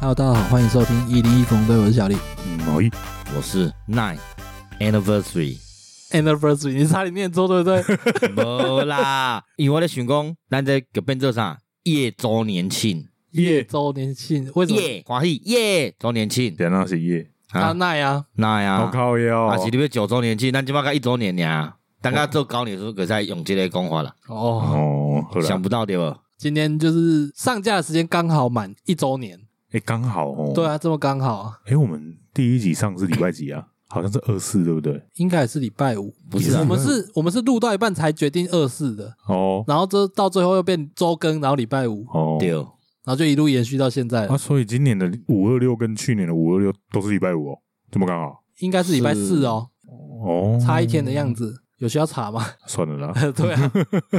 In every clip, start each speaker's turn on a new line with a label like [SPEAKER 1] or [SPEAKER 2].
[SPEAKER 1] Hello，大家好，欢迎收听一零一公队，我是小丽。
[SPEAKER 2] 哦
[SPEAKER 3] 毛衣，我是 Nine Anniversary，
[SPEAKER 1] Anniversary，你差点念错对不 对？
[SPEAKER 3] 无啦，因为我咧想讲，咱这个变做啥？夜周年庆，
[SPEAKER 1] 耶周年庆为什么？
[SPEAKER 3] 夜欢喜夜周年庆
[SPEAKER 2] 点那是夜，
[SPEAKER 1] 他
[SPEAKER 3] 啊，
[SPEAKER 1] 奈啊，
[SPEAKER 3] 那
[SPEAKER 2] 好
[SPEAKER 3] 呀，
[SPEAKER 2] 靠腰
[SPEAKER 3] 啊是你要九周年庆，咱即马才一周年呀，等下做高年时候，可再用这个讲法了，
[SPEAKER 1] 哦，
[SPEAKER 2] 哦，好
[SPEAKER 3] 想
[SPEAKER 2] 啦，
[SPEAKER 3] 不到对不？
[SPEAKER 1] 今天就是上架的时间刚好满一周年，
[SPEAKER 2] 哎，刚好哦，
[SPEAKER 1] 对，啊，这么刚好啊，
[SPEAKER 2] 哎，我们第一集上是礼拜 几啊？好像是二四，对不对？
[SPEAKER 1] 应该也是礼拜五，
[SPEAKER 3] 不是啊
[SPEAKER 1] 我们是，我们是录到一半才决定二四的，
[SPEAKER 2] 哦
[SPEAKER 1] 然后这到最后又变周更，然后礼拜五，
[SPEAKER 2] 哦，
[SPEAKER 3] 对，
[SPEAKER 1] 然后就一路延续到现在
[SPEAKER 2] 啊，
[SPEAKER 1] 了，
[SPEAKER 2] 所以今年的五二六跟去年的五二六都是礼拜五哦，这么刚好
[SPEAKER 1] 应该是礼拜四
[SPEAKER 3] 是
[SPEAKER 1] 哦，
[SPEAKER 2] 哦，
[SPEAKER 1] 差一天的样子，有需要查 吗？
[SPEAKER 2] 算了啦，
[SPEAKER 1] 对啊，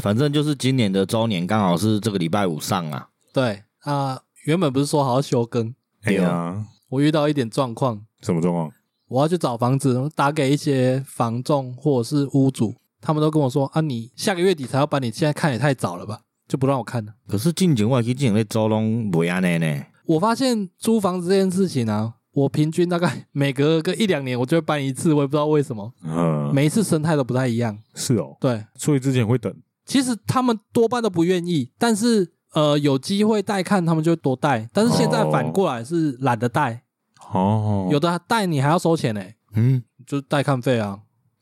[SPEAKER 3] 反正就是今年的周年刚好是这个礼拜五上啊，
[SPEAKER 1] 对啊，原本不是说好要休更，
[SPEAKER 2] 哎
[SPEAKER 3] 对
[SPEAKER 2] 呀，
[SPEAKER 1] 我遇到一点状况，
[SPEAKER 2] 什么状况？
[SPEAKER 1] 我要去找房子，然后打给一些房仲或者是屋主，他们都跟我说啊，你下个月底才要搬，你现在看也太早了吧，就不让我看了。
[SPEAKER 3] 可是进前我去进前咧周拢袂安尼呢，
[SPEAKER 1] 我发现租房子这件事情啊， 我平均大概每隔个一两年我就会搬一次，我也不知道为什么，
[SPEAKER 2] 嗯，
[SPEAKER 1] 每一次生态都不太一样。
[SPEAKER 2] 是哦，
[SPEAKER 1] 对，
[SPEAKER 2] 所以之前会等
[SPEAKER 1] 其实他们多半都不愿意，但是呃有机会带看他们就会多带，但是现在
[SPEAKER 2] 哦
[SPEAKER 1] 反过来是懒得带，
[SPEAKER 2] 哦，
[SPEAKER 1] 有的带你还要收钱呢、
[SPEAKER 3] 嗯，
[SPEAKER 1] 就是带看费啊，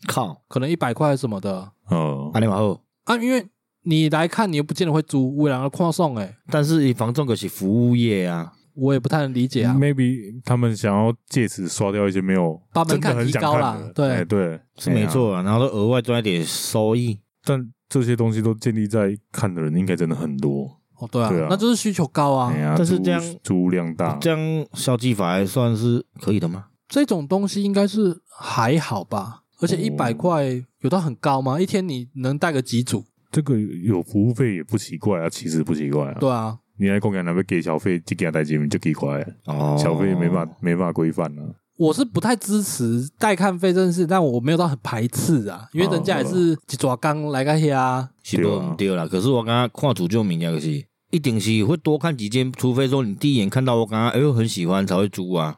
[SPEAKER 3] 靠，
[SPEAKER 1] 可能一百块什么的。
[SPEAKER 2] 嗯，
[SPEAKER 3] 安尼嘛好。
[SPEAKER 1] 啊，因为你来看，你又不见得会租，为了矿送哎，
[SPEAKER 3] 但是伊房仲可是服务业啊，
[SPEAKER 1] 我也不太能理解啊。
[SPEAKER 2] maybe 他们想要借此刷掉一些没有
[SPEAKER 1] 把门
[SPEAKER 2] 真的
[SPEAKER 1] 槛
[SPEAKER 2] 很
[SPEAKER 1] 提
[SPEAKER 2] 想
[SPEAKER 1] 高啦
[SPEAKER 2] 看的
[SPEAKER 1] 对
[SPEAKER 2] 哎对，
[SPEAKER 3] 是
[SPEAKER 2] 哎
[SPEAKER 3] 没
[SPEAKER 2] 呀
[SPEAKER 3] 错啊，然后都额外赚一点收益。
[SPEAKER 2] 但这些东西都建立在看的人应该真的很多，
[SPEAKER 1] 哦，对啊，
[SPEAKER 2] 对啊
[SPEAKER 1] 那就是需求高啊。
[SPEAKER 2] 哎呀，
[SPEAKER 3] 但是
[SPEAKER 2] 租
[SPEAKER 3] 这样
[SPEAKER 2] 租量大，
[SPEAKER 3] 这样消技法还算是可以的吗？
[SPEAKER 1] 这种东西应该是还好吧，而且
[SPEAKER 2] 哦
[SPEAKER 1] 一百块有到很高吗？一天你能带个几组？
[SPEAKER 2] 这个有服务费也不奇怪啊，其实不奇怪啊。
[SPEAKER 1] 对啊，
[SPEAKER 2] 你来公园那边给小费，这给他带进就奇怪了，
[SPEAKER 3] 哦
[SPEAKER 2] 小费没办法没办法规范啊。
[SPEAKER 1] 我是不太支持带看费这件事，但我没有到很排斥啊，因为人家也是几爪刚来个遐，
[SPEAKER 3] 是不
[SPEAKER 2] 对啊
[SPEAKER 3] 唔对啦。可是我刚刚看主就明了，就是一定是会多看几间，除非说你第一眼看到我刚刚哎呦很喜欢才会租啊，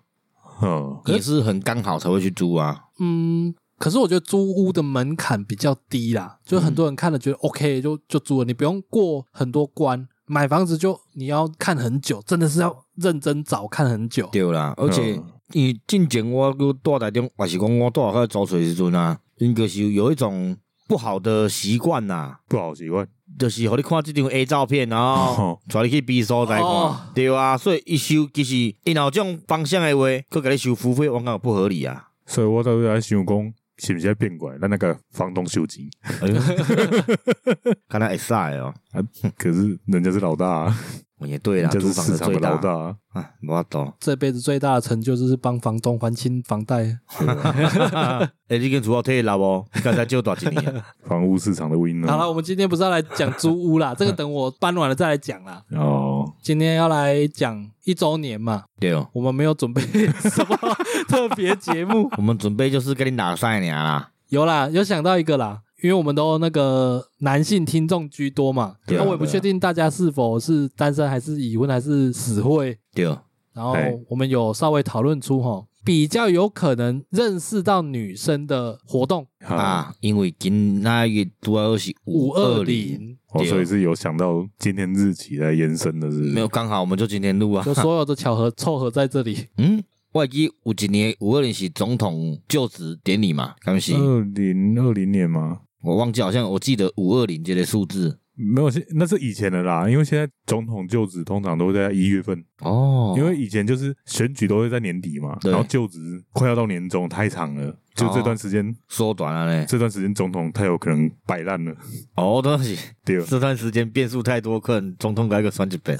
[SPEAKER 2] 嗯，
[SPEAKER 3] 也是很刚好才会去租啊。
[SPEAKER 1] 嗯。可是我觉得租屋的门槛比较低啦，就很多人看了觉得 OK 就就租了，你不用过很多关。买房子就你要看很久，真的是要认真找看很久。
[SPEAKER 3] 对啦，而且
[SPEAKER 2] 嗯
[SPEAKER 3] 你进前我个大台中，还是讲我大块租水时阵啊，因就是有一种不好的习惯呐。
[SPEAKER 2] 不好习惯，
[SPEAKER 3] 就是互你看即张 A 照片，然后带你去 B 所在看，
[SPEAKER 1] 哦
[SPEAKER 3] 对啊，所以伊收其实伊若有这种方向的话，佮甲你收付费，我感觉不合理啊。
[SPEAKER 2] 所以我到底在想讲，是不是在变拐？那那个房东收集，
[SPEAKER 3] 哎呦看来会使哦，
[SPEAKER 2] 可是人家是老大、啊，
[SPEAKER 3] 也对
[SPEAKER 2] 人
[SPEAKER 3] 啦，
[SPEAKER 2] 家
[SPEAKER 3] 租
[SPEAKER 2] 是
[SPEAKER 3] 房
[SPEAKER 2] 市
[SPEAKER 3] 的
[SPEAKER 2] 场
[SPEAKER 3] 最
[SPEAKER 2] 的
[SPEAKER 3] 大
[SPEAKER 2] 老大、啊。
[SPEAKER 3] 啊，无法度。
[SPEAKER 1] 这辈子最大的成就就是帮房东还清房贷。
[SPEAKER 2] 对啊
[SPEAKER 3] 哎，你跟厝后退啦无？刚才借大一年啊，
[SPEAKER 2] 房屋市场的 winner。
[SPEAKER 1] 好了，我们今天不是要来讲租屋啦，这个等我搬完了再来讲啦。
[SPEAKER 2] 哦，
[SPEAKER 1] 今天要来讲一周年嘛，
[SPEAKER 3] 对哦。
[SPEAKER 1] 我们没有准备什么 特别节目，
[SPEAKER 3] 我们准备就是跟你打赛尔啦，
[SPEAKER 1] 有啦，有想到一个啦。因为我们都那个男性听众居多嘛，
[SPEAKER 3] 对
[SPEAKER 1] 那、
[SPEAKER 3] 啊
[SPEAKER 1] 我也不确定大家是否是单身还是已婚还是死会，
[SPEAKER 3] 对哦，
[SPEAKER 1] 然后
[SPEAKER 2] 哎
[SPEAKER 1] 我们有稍微讨论出哈，比较有可能认识到女生的活动
[SPEAKER 2] 好、
[SPEAKER 3] 啊，因为今仔日拄好是
[SPEAKER 1] 五
[SPEAKER 3] 五
[SPEAKER 1] 二
[SPEAKER 3] 二零，
[SPEAKER 1] 零，
[SPEAKER 2] 哦，所以是有想到今天日期来延伸的是不是
[SPEAKER 3] 没有刚好我们就今天录啊，
[SPEAKER 1] 就所有的巧合凑合在这里。
[SPEAKER 3] 嗯，我会记有一年五二零是总统就职典礼嘛，敢是？
[SPEAKER 2] 二零二零年吗？
[SPEAKER 3] 我忘记好像我记得五二零这个数字
[SPEAKER 2] 没有，现那是以前的啦，因为现在总统就职通常都会在一月份，
[SPEAKER 3] 哦
[SPEAKER 2] 因为以前就是选举都会在年底嘛，
[SPEAKER 3] 对哦
[SPEAKER 2] 然后就职快要到年终，太长了，就这段时间，
[SPEAKER 3] 缩短了嘞。
[SPEAKER 2] 这段时间总统太有可能摆烂了，
[SPEAKER 3] 哦，东西
[SPEAKER 2] 对，
[SPEAKER 3] 这段时间变数太多，可能总统该个选一遍。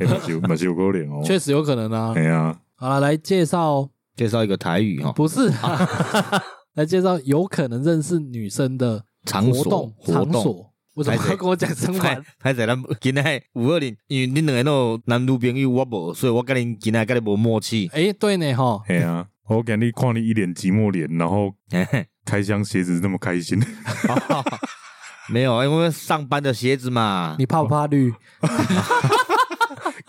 [SPEAKER 2] 哎，马修马修狗脸哦，
[SPEAKER 1] 确实有可能啊
[SPEAKER 2] 哎。呀，
[SPEAKER 1] 好了，来介绍，
[SPEAKER 3] 介绍一个台语哈、哦，
[SPEAKER 1] 不是、 啊， 来介绍有可能认识女生的
[SPEAKER 3] 场
[SPEAKER 1] 活
[SPEAKER 3] 所
[SPEAKER 1] 动场
[SPEAKER 3] 动。
[SPEAKER 1] 所。为什么要跟我讲生
[SPEAKER 3] 拍
[SPEAKER 1] 完？
[SPEAKER 3] 拍在咱今天五二零，因为恁两个都有男女朋友，我无，所以我跟恁今天跟你无默契。
[SPEAKER 1] 哎，对呢哈，
[SPEAKER 2] 哎呀，我感觉看你一脸寂寞脸，然后
[SPEAKER 3] 嘿嘿
[SPEAKER 2] 开箱鞋子那么开 心，
[SPEAKER 3] 哦没有，因为上班的鞋子嘛，
[SPEAKER 1] 你怕不怕绿？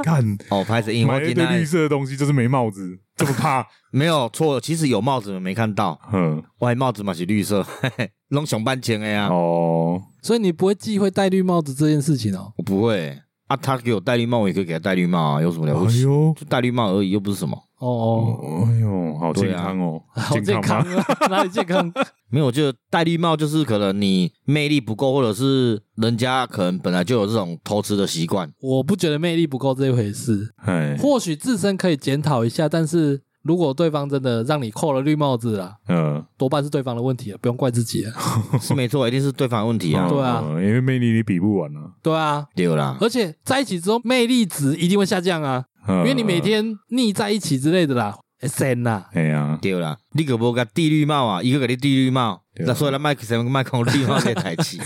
[SPEAKER 2] 看
[SPEAKER 3] 哦，拍子，因为
[SPEAKER 2] 买
[SPEAKER 3] 我
[SPEAKER 2] 了一
[SPEAKER 3] 今
[SPEAKER 2] 堆绿
[SPEAKER 3] 天
[SPEAKER 2] 色的东西，就是没帽子，这么 怕。
[SPEAKER 3] 没有错，其实有帽子没看到，
[SPEAKER 2] 嗯，
[SPEAKER 3] 我的帽子嘛是绿色， 嘿嘿，拢上班前的呀、啊，
[SPEAKER 2] 哦，
[SPEAKER 1] 所以你不会忌讳戴绿帽子这件事情哦。
[SPEAKER 3] 我不会啊，他给我戴绿帽，我也可以给他戴绿帽啊，有什么了不
[SPEAKER 2] 哎
[SPEAKER 3] 起？
[SPEAKER 2] 呦，
[SPEAKER 3] 就戴绿帽而已，又不是什么。
[SPEAKER 1] 哦哦，
[SPEAKER 2] 哎呦，好健康哦，
[SPEAKER 1] 好健
[SPEAKER 2] 康
[SPEAKER 1] 康
[SPEAKER 2] 吗？
[SPEAKER 1] 啊， 哪里健康？
[SPEAKER 3] 没有，就戴绿帽就是可能你魅力不够，或者是人家可能本来就有这种偷吃的习 惯。
[SPEAKER 1] 我不觉得魅力不够这一回事，
[SPEAKER 2] 哎，
[SPEAKER 1] 或许自身可以检讨一下，但是如果对方真的让你扣了绿帽子啦，
[SPEAKER 2] 嗯，
[SPEAKER 1] 多半是对方的问题了，不用怪自己啊 了。
[SPEAKER 3] 是没错，一定是对方的问题啊。
[SPEAKER 1] 嗯对啊
[SPEAKER 2] 嗯因为魅力你比不完啊，
[SPEAKER 1] 对啊，
[SPEAKER 3] 对啦，
[SPEAKER 2] 哎
[SPEAKER 1] 而且在一起之后魅力值一定会下降啊，
[SPEAKER 2] 因
[SPEAKER 1] 因为你每，天腻在一起之类的啦。S N 啊 呐，
[SPEAKER 2] 哎呀，
[SPEAKER 3] 对啦，你可无甲戴绿帽啊？伊个甲你戴绿帽，
[SPEAKER 2] 对啊
[SPEAKER 3] 那所以咱麦克什麦克绿帽这台起，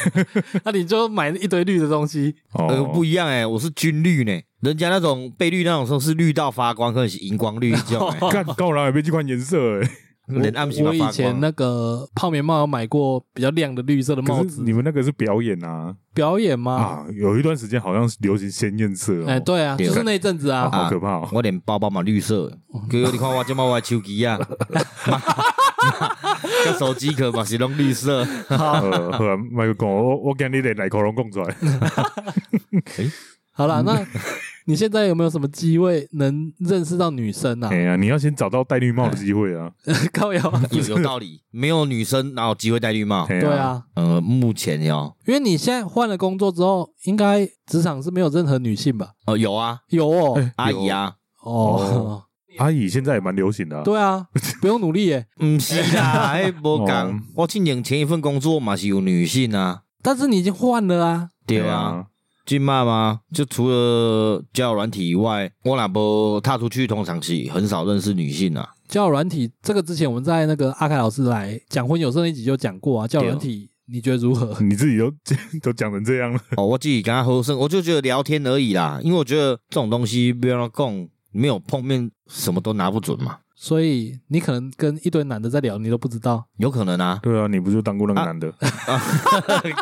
[SPEAKER 1] 那你就买一堆绿的东西，
[SPEAKER 3] 呃
[SPEAKER 2] 哦，
[SPEAKER 3] 不一样哎、我是军绿呢、人家那种被绿那种时候是绿到发光，可能是荧光绿 这种、欸，
[SPEAKER 2] 干高粱也被这款颜色哎，
[SPEAKER 3] 连暗 时
[SPEAKER 1] 我
[SPEAKER 3] 嘛
[SPEAKER 1] 我以
[SPEAKER 3] 发
[SPEAKER 1] 前
[SPEAKER 3] 光。啊
[SPEAKER 1] 那个泡棉帽有买过比较亮的绿色的帽
[SPEAKER 2] 可是
[SPEAKER 1] 子
[SPEAKER 2] 你，们那个是表演啊
[SPEAKER 1] 表演吗？
[SPEAKER 2] 啊，有一段时间好像是流行鲜艳色哦，
[SPEAKER 1] 哎， 对啊，
[SPEAKER 3] 对
[SPEAKER 1] 就是那一阵子
[SPEAKER 2] 啊，
[SPEAKER 1] 啊，
[SPEAKER 2] 好可怕哦，
[SPEAKER 3] 我连包包嘛绿色的，哥你看我这么我的手 机啊， 这手机壳嘛是拢绿色。
[SPEAKER 2] 呃，好啊麦克讲，我我跟你得来口龙供出来，
[SPEAKER 1] 好啦，那你现在有没有什么机会能认识到女生啊
[SPEAKER 2] 哎？呀，你要先找到戴绿帽的机会啊，
[SPEAKER 1] 高瑶，
[SPEAKER 3] 有有道理，没有女生哪有机会戴绿帽？
[SPEAKER 2] 哎呀
[SPEAKER 1] 对，啊，
[SPEAKER 3] 呃，目前哟，
[SPEAKER 1] 因为你现在换了工作之后，应该职场是没有任何女性吧？
[SPEAKER 3] 呃，有啊，
[SPEAKER 1] 有哦，
[SPEAKER 3] 阿姨啊，
[SPEAKER 1] 哦，
[SPEAKER 2] 阿姨现在也蛮流行的啊，
[SPEAKER 1] 对啊，不用努力耶。
[SPEAKER 3] 不是 啦，哎，无
[SPEAKER 2] 哦
[SPEAKER 3] 讲，我进前前一份工作嘛是有女性啊，
[SPEAKER 1] 但是你已经换了啊，
[SPEAKER 3] 对
[SPEAKER 2] 哎
[SPEAKER 3] 啊，
[SPEAKER 2] 呀，
[SPEAKER 3] 进嘛嘛，就除了交友软体以外，我哪无踏出去，通常是很少认识女性啊。
[SPEAKER 1] 交友软体这个之前我们在那个阿凯老师来讲婚友社那一集就讲过啊，交友软体你觉得如何？
[SPEAKER 2] 你自己都 都讲成这样了，。
[SPEAKER 3] 哦，我自己跟他合声，我就觉得聊天而已啦，因为我觉得这种东西不要共没有碰面，什么都拿不准嘛，
[SPEAKER 1] 所以你可能跟一堆男的在聊，你都不知道。
[SPEAKER 3] 有可能啊
[SPEAKER 2] 对啊，啊你不就当过那个男的？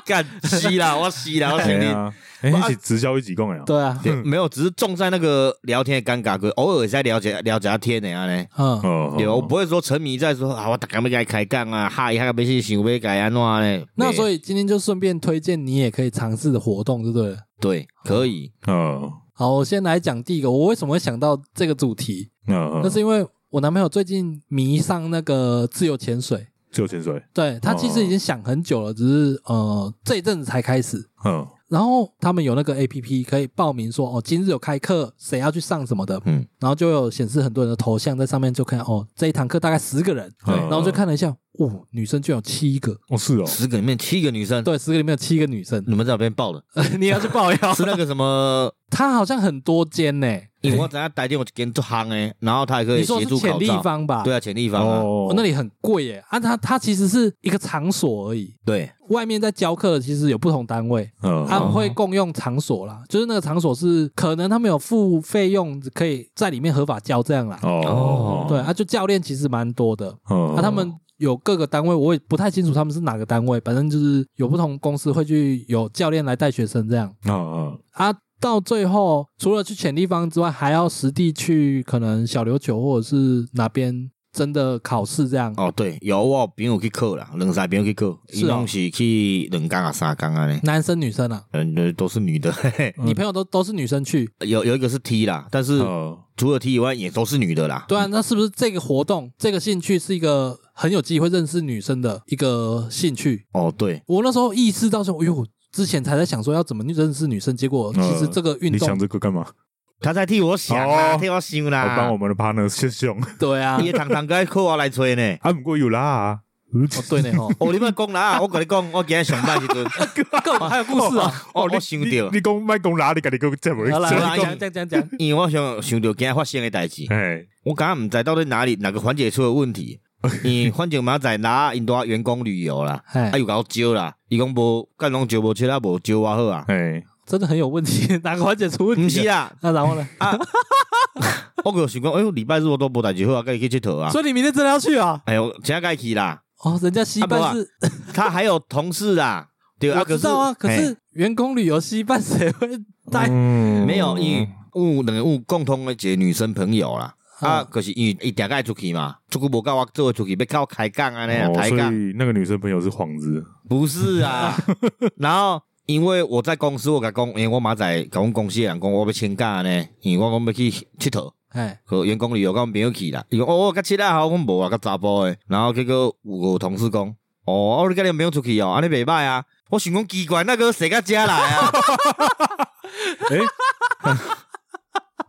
[SPEAKER 3] 干吸啦，我吸啦，我兄
[SPEAKER 2] 哎
[SPEAKER 3] 弟。
[SPEAKER 2] 呀，哎，一起直销一起供呀，
[SPEAKER 1] 对啊，
[SPEAKER 3] 对，没有，只是重在那个聊天的尴尬，可偶尔在聊解聊解下天的啊呢。
[SPEAKER 1] 嗯，
[SPEAKER 2] 哦
[SPEAKER 3] 对，我不会说沉迷在说啊，我大概要该开杠啊，哈一下要去想要改安怎呢？
[SPEAKER 1] 那所
[SPEAKER 3] 以
[SPEAKER 1] 以今天就顺便推荐你也可以尝试的活动，对不对了？
[SPEAKER 3] 对，可以，
[SPEAKER 2] 哦，
[SPEAKER 1] 好，我先来讲第一个，我为什么会想到这个主题？
[SPEAKER 2] 那
[SPEAKER 1] 那是因为我男朋友最近迷上那个自由潜水，
[SPEAKER 2] 就潜水，
[SPEAKER 1] 对他其实已经想很久了，只是呃这一阵子才开始。
[SPEAKER 2] 嗯，
[SPEAKER 1] 然后他们有那个 A P P 可以报名说哦，今日有开课，谁要去上什么的，
[SPEAKER 3] 嗯，
[SPEAKER 1] 然后就有显示很多人的头像在上面，就看哦这一堂课大概十个人，
[SPEAKER 3] 对
[SPEAKER 1] 然后就，看了一下，哦女生就有七个，
[SPEAKER 2] 哦是哦，
[SPEAKER 3] 十个里面七个女生，
[SPEAKER 1] 对，十个里面有七个女生，
[SPEAKER 3] 你们在哪边报了？
[SPEAKER 1] 你要去报谣，
[SPEAKER 3] 是那个什 么？
[SPEAKER 1] 他好像很多间呢，
[SPEAKER 3] 因为我等下打电话跟做行哎，然后他还可
[SPEAKER 1] 你
[SPEAKER 3] 以
[SPEAKER 1] 说
[SPEAKER 3] 协
[SPEAKER 1] 是
[SPEAKER 3] 助
[SPEAKER 1] 潜
[SPEAKER 3] 考
[SPEAKER 1] 力
[SPEAKER 3] 照。
[SPEAKER 1] 方吧？
[SPEAKER 3] 对啊，潜力方啊，
[SPEAKER 2] 哦
[SPEAKER 1] 哦，，那里很贵耶，啊，它它其实是一个场所而已，
[SPEAKER 3] 对，
[SPEAKER 1] 外面在教课的其实有不同单位，
[SPEAKER 2] 嗯
[SPEAKER 1] 他们会共用场所啦，就是那个场所是可能他们有付费用，可以在里面合法教这样啦。
[SPEAKER 2] 哦，
[SPEAKER 1] 对，啊，就教练其实蛮多的，
[SPEAKER 2] 哦
[SPEAKER 1] 啊，他们有各个单位，我也不太清楚他们是哪个单位，反正就是有不同公司会去有教练来带学生这样
[SPEAKER 2] 啊啊，
[SPEAKER 1] 啊。到最后，除了去潜地方之外，还要实地去可能小琉球或者是哪边真的考试这样。
[SPEAKER 3] 哦对，有我有朋友去考啦，两三朋友去考，
[SPEAKER 1] 是
[SPEAKER 2] 啊
[SPEAKER 3] 一
[SPEAKER 1] 哦
[SPEAKER 3] 共是去两缸啊三缸啊呢，
[SPEAKER 1] 男生女生啊，
[SPEAKER 3] 嗯，都是女的，嘿嘿
[SPEAKER 1] 你朋友都都是女生去，
[SPEAKER 3] 有有一个是 T 啦，但是
[SPEAKER 2] 哦
[SPEAKER 3] 除了 T 以外也都是女的啦。
[SPEAKER 1] 对啊，那是不是这个活动、这个兴趣是一个很有机会认识女生的一个兴趣？
[SPEAKER 3] 哦，对，
[SPEAKER 1] 我那时候意识到说，哎呦，之前才在想说要怎么认识女生，结果其实这个运
[SPEAKER 2] 你
[SPEAKER 1] 动，
[SPEAKER 2] 想这个干嘛？
[SPEAKER 3] 他在替我想啦，
[SPEAKER 2] 哦
[SPEAKER 3] 替我想
[SPEAKER 2] 我
[SPEAKER 3] 啦。
[SPEAKER 2] 帮我们的 partner 谢兄，
[SPEAKER 1] 对啊，
[SPEAKER 3] 伊堂堂该靠我来吹 呢。，
[SPEAKER 2] 啊，不过有啦，
[SPEAKER 1] 哦对呢吼
[SPEAKER 3] 哦，你莫讲啦，我跟你讲，我今天上班时阵，
[SPEAKER 1] 干嘛还有故事 啊？
[SPEAKER 3] 我
[SPEAKER 2] 你
[SPEAKER 3] 我想到，
[SPEAKER 2] 哦你讲卖讲哪里，跟你讲这么
[SPEAKER 1] 好
[SPEAKER 3] 这
[SPEAKER 1] 啦，
[SPEAKER 3] 个
[SPEAKER 1] 讲讲讲讲，
[SPEAKER 3] 因为我想想到今天发生的代志，
[SPEAKER 2] 哎，
[SPEAKER 3] 我刚刚唔知道底哪里哪个环节出了问 题。因为反正明仔载拿因多员工旅游啦，
[SPEAKER 1] 哎
[SPEAKER 3] 啊，又甲我招啦，伊讲无，干拢招无去啦，无招我好啊，
[SPEAKER 2] 哎，
[SPEAKER 1] 真的很有问题， 哪个环节出问题？啊
[SPEAKER 3] 毋是，啊啦，
[SPEAKER 1] 那然后呢？
[SPEAKER 3] 我就想讲，哎呦，礼拜日我都无代志好啊，甲伊去佚佗啊，
[SPEAKER 1] 所以你明天真的要去啊？
[SPEAKER 3] 哎呦，请甲伊去啦，
[SPEAKER 1] 哦，人家西
[SPEAKER 3] 啊
[SPEAKER 1] 半是，
[SPEAKER 3] 他还有同事啦，对啊，
[SPEAKER 1] 我
[SPEAKER 3] 可
[SPEAKER 1] 知
[SPEAKER 3] 是
[SPEAKER 1] 道啊，可
[SPEAKER 3] 嘿
[SPEAKER 1] 是员工旅游西半谁会带？
[SPEAKER 2] 嗯
[SPEAKER 3] 没有，因为有两个有共同的一个女生朋友啦，啊，可是因为伊定爱出去嘛，出去无甲我做伙出去，要甲我开讲安尼啊，
[SPEAKER 2] 哦，
[SPEAKER 3] 抬
[SPEAKER 2] 所
[SPEAKER 3] 杠。
[SPEAKER 2] 以那个女生朋友是幌子，
[SPEAKER 3] 不是啊，然后因为我在公司，我甲讲，因为我明仔甲阮公司的人讲，我要请假呢，因为我讲要去佚佗。
[SPEAKER 1] 哎，
[SPEAKER 3] 和员工旅游，跟我们朋友去啦。伊讲哦，我甲七啊，好，阮无啊，甲查甫诶。然后结果有个同事讲，哦，啊我甲你朋友出去哦，安尼袂歹啊。我想讲奇怪，那个谁甲家来 啊？
[SPEAKER 2] 哎，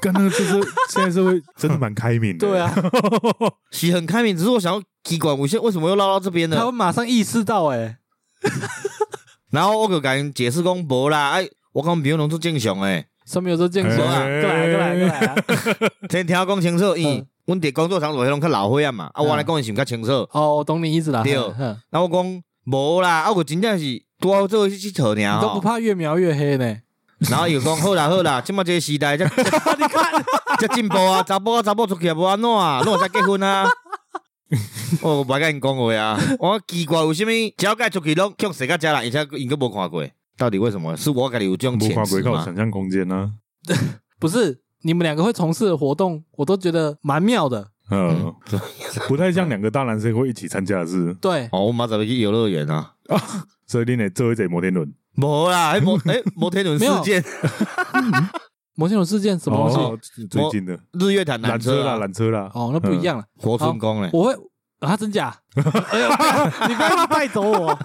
[SPEAKER 2] 刚刚就是现在社会真的蛮开明的，
[SPEAKER 1] 对， 啊，
[SPEAKER 3] 是很开明，只是我想要奇怪，我现在为什么又绕到这边
[SPEAKER 1] 他
[SPEAKER 3] 呢
[SPEAKER 1] 会？马上意识到，哎，
[SPEAKER 3] 然后我就甲因解释讲无啦，哎，我跟我朋友拢做正常诶，
[SPEAKER 1] 上面有说健身啊，
[SPEAKER 2] 哎
[SPEAKER 1] 过来过来过来啊，
[SPEAKER 3] 先听我讲清楚，因
[SPEAKER 1] 嗯
[SPEAKER 3] 为阮伫工作场所迄拢较老岁啊嘛，啊，我来讲伊想较清楚。
[SPEAKER 1] 哦，我懂你意思啦，
[SPEAKER 3] 对
[SPEAKER 1] 哼哼
[SPEAKER 3] 然后我讲无啦，啊，我真正是拄好做去佚佗尔
[SPEAKER 1] 你都
[SPEAKER 3] 吼
[SPEAKER 1] 不怕越描越黑呢，
[SPEAKER 3] 然后伊就讲好啦好啦，即马这个时代才
[SPEAKER 1] 你看，
[SPEAKER 3] 才进步啊，查某啊查某出去也无安怎啊，拢有才结婚啊。 哦，我无爱甲因讲话啊，我奇怪为虾米只要甲伊出去拢向谁甲家人，而且因个无看过，到底为什么？是我家己有这种
[SPEAKER 2] 不
[SPEAKER 3] 潜
[SPEAKER 2] 跨轨
[SPEAKER 3] 质
[SPEAKER 2] 靠
[SPEAKER 3] 吗？
[SPEAKER 2] 想象空间呢，
[SPEAKER 1] 不是你们两个会从事的活动，我都觉得蛮妙的，
[SPEAKER 2] 嗯，不太像两个大男生会一起参加的事，
[SPEAKER 1] 对，
[SPEAKER 3] 哦，我明仔要去游乐园啊。
[SPEAKER 2] 所以你得做一节摩天轮，
[SPEAKER 3] 无啦，迄摩诶摩天轮事件，
[SPEAKER 1] 摩天轮事件什么东西？
[SPEAKER 2] 哦最近的
[SPEAKER 3] 日月潭缆
[SPEAKER 2] 缆车
[SPEAKER 3] 车
[SPEAKER 2] 啦，
[SPEAKER 3] 啊，
[SPEAKER 2] 缆车啦，
[SPEAKER 1] 哦，那不一样了。
[SPEAKER 3] 活春宫嘞，
[SPEAKER 1] 我会啊，真假？ 哎呦，不要你不要带走我。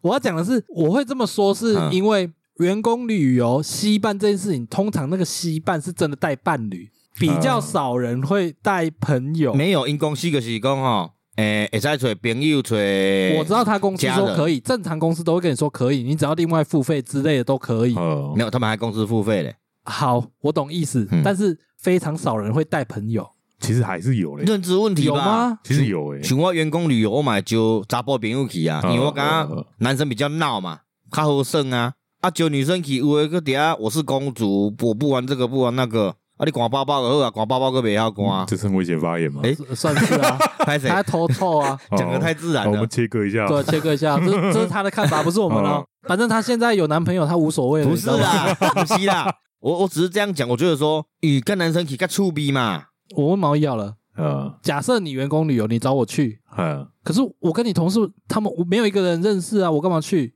[SPEAKER 1] 我要讲的是，我会这么说，是
[SPEAKER 3] 嗯
[SPEAKER 1] 因为员工旅游惜伴这件事情，通常那个惜伴是真的带伴侣，比较少人会带朋友。
[SPEAKER 3] 嗯没有因公司就是讲吼，诶，会使找朋友找，
[SPEAKER 1] 我
[SPEAKER 3] 我
[SPEAKER 1] 知道他公司
[SPEAKER 3] 家
[SPEAKER 1] 说
[SPEAKER 3] 人
[SPEAKER 1] 可以，正常公司都会跟你说可以，你只要另外付费之类的都可以。
[SPEAKER 2] 哦
[SPEAKER 3] 没有，他们还公司付费嘞。
[SPEAKER 1] 好，我懂意思，
[SPEAKER 3] 嗯
[SPEAKER 1] 但是非常少人会带朋友，
[SPEAKER 2] 其实还是有嘞，
[SPEAKER 3] 认知问题
[SPEAKER 1] 有？
[SPEAKER 3] 吧
[SPEAKER 1] 吗？
[SPEAKER 2] 其实有诶，
[SPEAKER 3] 像我员工旅游，我嘛会招查甫朋友去啊，
[SPEAKER 2] 嗯
[SPEAKER 3] 因为我感
[SPEAKER 2] 嗯嗯
[SPEAKER 3] 觉男生比较闹嘛，较好耍啊。啊，招女生去，有诶个底下啊我是公主，我不玩这个不玩那个，啊，你管包包就好啊，管包包个袂晓管，
[SPEAKER 2] 这是危险发言嘛？
[SPEAKER 3] 诶
[SPEAKER 1] 是算是啊，
[SPEAKER 3] 拍 谁
[SPEAKER 1] 他？在偷臭 啊。
[SPEAKER 2] 哦
[SPEAKER 3] 讲的太自然
[SPEAKER 2] 好我
[SPEAKER 3] 了
[SPEAKER 2] 们，切割一下，
[SPEAKER 1] 对，切割一下，这这是他的看法，不是我们哦。反正他现在有男朋友，他无所谓了，
[SPEAKER 3] 不
[SPEAKER 1] 你
[SPEAKER 3] 是啊
[SPEAKER 1] 知道吗？
[SPEAKER 3] 啦， 不是啦，我我只是这样讲，我觉得说，与跟男生去较趣味嘛，
[SPEAKER 1] 我问毛易好了，
[SPEAKER 2] 嗯
[SPEAKER 1] 假设你员工旅游，你找我去，
[SPEAKER 2] 嗯，
[SPEAKER 1] 可是我跟你同事他们我没有一个人认识啊，我干嘛去？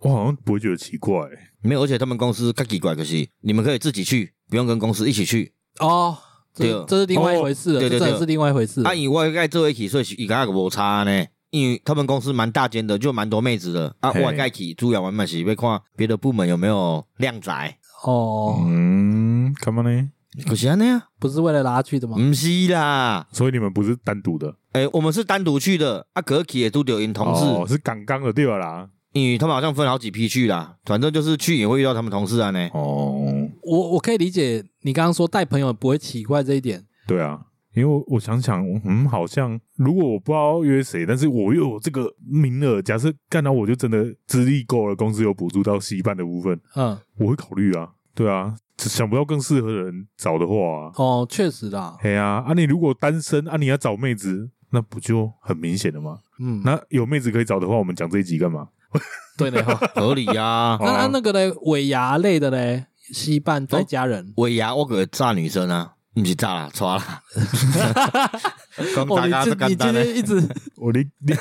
[SPEAKER 2] 我好像不会觉得奇怪，
[SPEAKER 3] 没有，而且他们公司较奇怪，可是你们可以自己去，不用跟公司一起去。
[SPEAKER 1] 哦，这
[SPEAKER 3] 对
[SPEAKER 1] 这是另外一回事了，
[SPEAKER 3] 哦对
[SPEAKER 1] 这
[SPEAKER 3] 对
[SPEAKER 1] 真的是另外一回事了。
[SPEAKER 3] 啊，因为我该做一起，所以伊甲个无差呢。因为他们公司蛮大间的，就蛮多妹子的啊。
[SPEAKER 2] 嘿
[SPEAKER 3] 我该去主要玩嘛是要看别的部门有没有靓仔，
[SPEAKER 1] 哦，
[SPEAKER 2] 嗯，干嘛呢？
[SPEAKER 3] 可是安尼啊，
[SPEAKER 1] 不是为了拉去的吗？
[SPEAKER 3] 不是啦。
[SPEAKER 2] 所以你们不是单独的，
[SPEAKER 3] 诶、我们是单独去的啊，隔起也都有因同事，
[SPEAKER 2] 哦是港港的对吧啦？
[SPEAKER 3] 因为他们好像分好几批去啦。反正就是去也会遇到他们同事啊呢。
[SPEAKER 2] 哦，
[SPEAKER 1] 我我可以理解你刚刚说带朋友不会奇怪这一点，
[SPEAKER 2] 对啊，因为我我想想，嗯，好像如果我不知道约谁，但是我又有这个名额，假设干到我就真的资历够了，公司有补助到西半的部分，
[SPEAKER 1] 嗯，
[SPEAKER 2] 我会考虑啊。对啊，想不到更适合的人找的话、啊，
[SPEAKER 1] 哦，确实啦，
[SPEAKER 2] 嘿呀、啊，啊你如果单身啊，你要找妹子，那不就很明显了吗？
[SPEAKER 1] 嗯，
[SPEAKER 2] 那有妹子可以找的话，我们讲这一集干嘛？，
[SPEAKER 1] 对 的哈。
[SPEAKER 3] 合理啊
[SPEAKER 1] 那那那个嘞，尾牙类的嘞，西半在家人，
[SPEAKER 3] 尾牙我可会炸女生啊，不是炸啦，抓啦。
[SPEAKER 1] 哦，
[SPEAKER 3] 讲炸
[SPEAKER 1] 你
[SPEAKER 3] 咖这
[SPEAKER 1] 今你
[SPEAKER 3] 简
[SPEAKER 1] 今
[SPEAKER 3] 单呢
[SPEAKER 1] 天一直
[SPEAKER 2] 我你你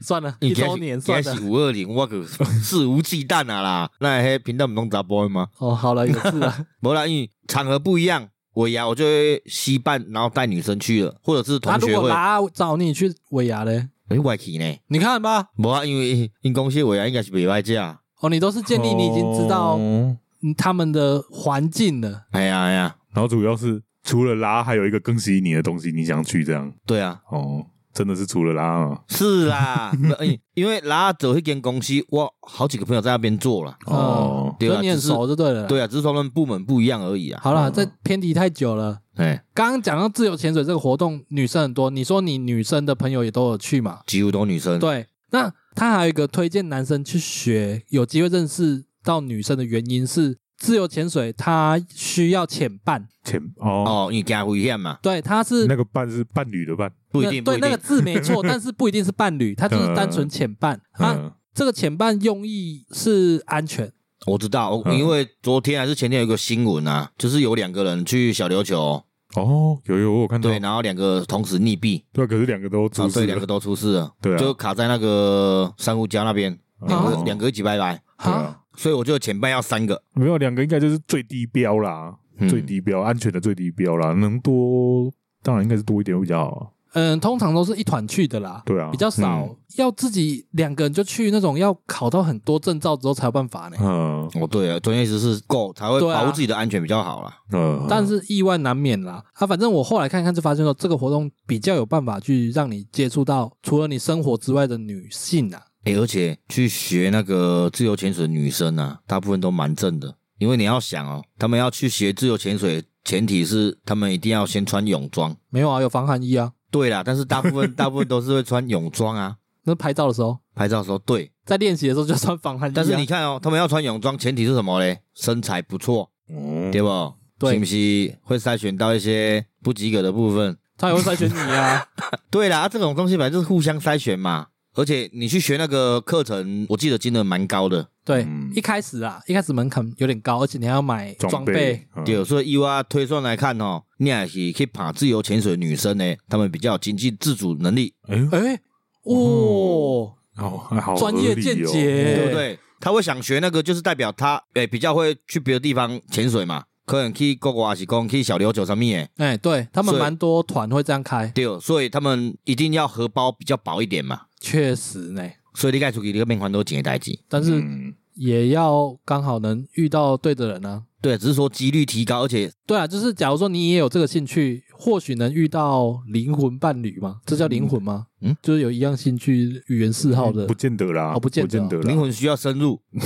[SPEAKER 1] 算了，
[SPEAKER 3] 你
[SPEAKER 1] 一周年算了
[SPEAKER 3] 是。五二零，我可肆无忌惮啊啦！ 那迄频道唔拢查甫的吗？
[SPEAKER 1] 哦，好了，有事了。
[SPEAKER 3] 无啦，因为场合不一样，我呀我就会吸伴，然后带女生去了，或者是
[SPEAKER 1] 那
[SPEAKER 3] 同
[SPEAKER 1] 啊如
[SPEAKER 3] 学
[SPEAKER 1] 果
[SPEAKER 3] 会。哎
[SPEAKER 1] 拉找你去尾牙嘞，
[SPEAKER 3] 诶，外企呢？
[SPEAKER 1] 你看吧。
[SPEAKER 3] 无啊，因为因公司我呀应该是袂外价。
[SPEAKER 1] 哦，你都是建立你已经知道
[SPEAKER 2] 哦
[SPEAKER 1] 嗯他们的环境了。
[SPEAKER 3] 哎呀哎呀，
[SPEAKER 2] 然后主要是除了拉，还有一个更吸引你的东西，你想去这样
[SPEAKER 3] 对啊，
[SPEAKER 2] 哦，真的是除了拉啊，
[SPEAKER 3] 是 啦，不因因为拉走一间公司，我好几个朋友在那边做了。
[SPEAKER 2] 哦，
[SPEAKER 3] 对
[SPEAKER 1] 所以
[SPEAKER 3] 啊，
[SPEAKER 1] 嗯你很
[SPEAKER 3] 只是
[SPEAKER 1] 熟就对了。，
[SPEAKER 3] 对啊，只是说他们部门不一样而已啊。
[SPEAKER 1] 好了，
[SPEAKER 2] 嗯
[SPEAKER 1] 这偏题太久了。
[SPEAKER 3] 哎，
[SPEAKER 1] 刚刚讲到自由潜水这个活动，女生很多。你说你女生的朋友也都有去嘛？
[SPEAKER 3] 几乎都女生。
[SPEAKER 1] 对，那他还有一个推荐男生去学，有机会认识到女生的原因是，自由潜水它需要潜伴，
[SPEAKER 2] 前哦，
[SPEAKER 3] 哦，因为惊危险嘛，
[SPEAKER 1] 对，它是
[SPEAKER 2] 那个伴是伴侣的伴，
[SPEAKER 3] 不一
[SPEAKER 1] 那
[SPEAKER 3] 定不
[SPEAKER 1] 对
[SPEAKER 3] 一
[SPEAKER 1] 那个
[SPEAKER 3] 定。
[SPEAKER 1] 字没 错，但是不一定啊是伴侣，它就是单纯潜伴。它
[SPEAKER 2] 嗯
[SPEAKER 1] 这个潜伴用意是安全，
[SPEAKER 3] 我知道，我
[SPEAKER 2] 嗯
[SPEAKER 3] 因为昨天还是前天有一个新闻啊，就是有两个人去小琉球，
[SPEAKER 2] 哦，有有我有看到，
[SPEAKER 3] 对，然后两个同时溺毙，
[SPEAKER 2] 对啊，可是两个都
[SPEAKER 3] 啊
[SPEAKER 2] 出，
[SPEAKER 3] 对，
[SPEAKER 2] 事
[SPEAKER 3] 两个
[SPEAKER 2] 了，
[SPEAKER 3] 都出事了，
[SPEAKER 2] 对啊嗯
[SPEAKER 3] 就卡在那个珊瑚礁那边，两
[SPEAKER 1] 哦
[SPEAKER 3] 个两个一起拜拜，
[SPEAKER 2] 对
[SPEAKER 1] 哈，
[SPEAKER 2] 啊，
[SPEAKER 3] 所以我就前半要三个，
[SPEAKER 2] 没有两个应该就是最低标啦，
[SPEAKER 3] 嗯
[SPEAKER 2] 最低标安全的最低标啦，能多当然应该是多一点会比较好啊，
[SPEAKER 1] 嗯，通常都是一团去的啦，
[SPEAKER 2] 对啊，
[SPEAKER 1] 比较少
[SPEAKER 3] 嗯，
[SPEAKER 1] 要自己两个人就去那种要考到很多证照之后才有办法呢。
[SPEAKER 2] 嗯
[SPEAKER 3] 哦，对了，专业知识够才会
[SPEAKER 1] 对啊
[SPEAKER 3] 保护自己的安全比较好啦。
[SPEAKER 2] 嗯，
[SPEAKER 1] 但是意外难免啦，啊，反正我后来看看就发现说，这个活动比较有办法去让你接触到除了你生活之外的女性啊，
[SPEAKER 3] 哎、而且去学那个自由潜水的女生啊，大部分都蛮正的，因为你要想哦，他们要去学自由潜水，前提是他们一定要先穿泳装。
[SPEAKER 1] 没有啊，有防寒衣啊，
[SPEAKER 3] 对啦，但是大部分大部分都是会穿泳装啊，
[SPEAKER 1] 那拍照的时候，
[SPEAKER 3] 拍照的时候对。
[SPEAKER 1] 在练习的时候就穿防寒衣、啊，
[SPEAKER 3] 但是你看哦，他们要穿泳装，前提是什么嘞？身材不错，
[SPEAKER 2] 哦
[SPEAKER 3] 对不？
[SPEAKER 1] 对
[SPEAKER 3] 是不是会筛选到一些不及格的部分？
[SPEAKER 1] 他也会筛选你 啊，
[SPEAKER 3] 对啦，啊这种东西本来就是互相筛选嘛。而且你去学那个课程，我记得金额蛮高的，
[SPEAKER 1] 对，
[SPEAKER 2] 嗯
[SPEAKER 1] 一开始啊，一开始门槛有点高，而且你还要买装
[SPEAKER 2] 装
[SPEAKER 1] 备，，
[SPEAKER 2] 嗯
[SPEAKER 3] 对，所以以我推算来看哦，你也是去爬自由潜水的女生呢，她们比较有经济自主能力，
[SPEAKER 2] 哎呦，
[SPEAKER 1] 哎、哦，
[SPEAKER 2] 好还好
[SPEAKER 1] 专业
[SPEAKER 2] 合理
[SPEAKER 1] 见
[SPEAKER 2] 哦
[SPEAKER 1] 解
[SPEAKER 3] 对不对？她会想学那个，就是代表她诶、比较会去别的地方潜水嘛，可能去国外还是讲去小琉球上面的，
[SPEAKER 1] 哎、对他们
[SPEAKER 3] 所以
[SPEAKER 1] 蛮多团会这样开，
[SPEAKER 3] 对，所以他们一定要荷包比较薄一点嘛，
[SPEAKER 1] 确实呢，
[SPEAKER 3] 所以你该出去你个面还都钱的代志，
[SPEAKER 1] 但是
[SPEAKER 2] 嗯
[SPEAKER 1] 也要刚好能遇到对的人啊。
[SPEAKER 3] 对，只是说几率提高，而且
[SPEAKER 1] 对啊，就是假如说你也有这个兴趣，或许能遇到灵魂伴侣嘛？这叫灵魂吗？嗯
[SPEAKER 3] 嗯，
[SPEAKER 1] 就是有一样兴趣、语言嗜好的
[SPEAKER 2] 嗯不。见得啦，
[SPEAKER 1] 哦不见得
[SPEAKER 2] 得
[SPEAKER 3] 灵
[SPEAKER 2] 啦。
[SPEAKER 3] 魂需要深入，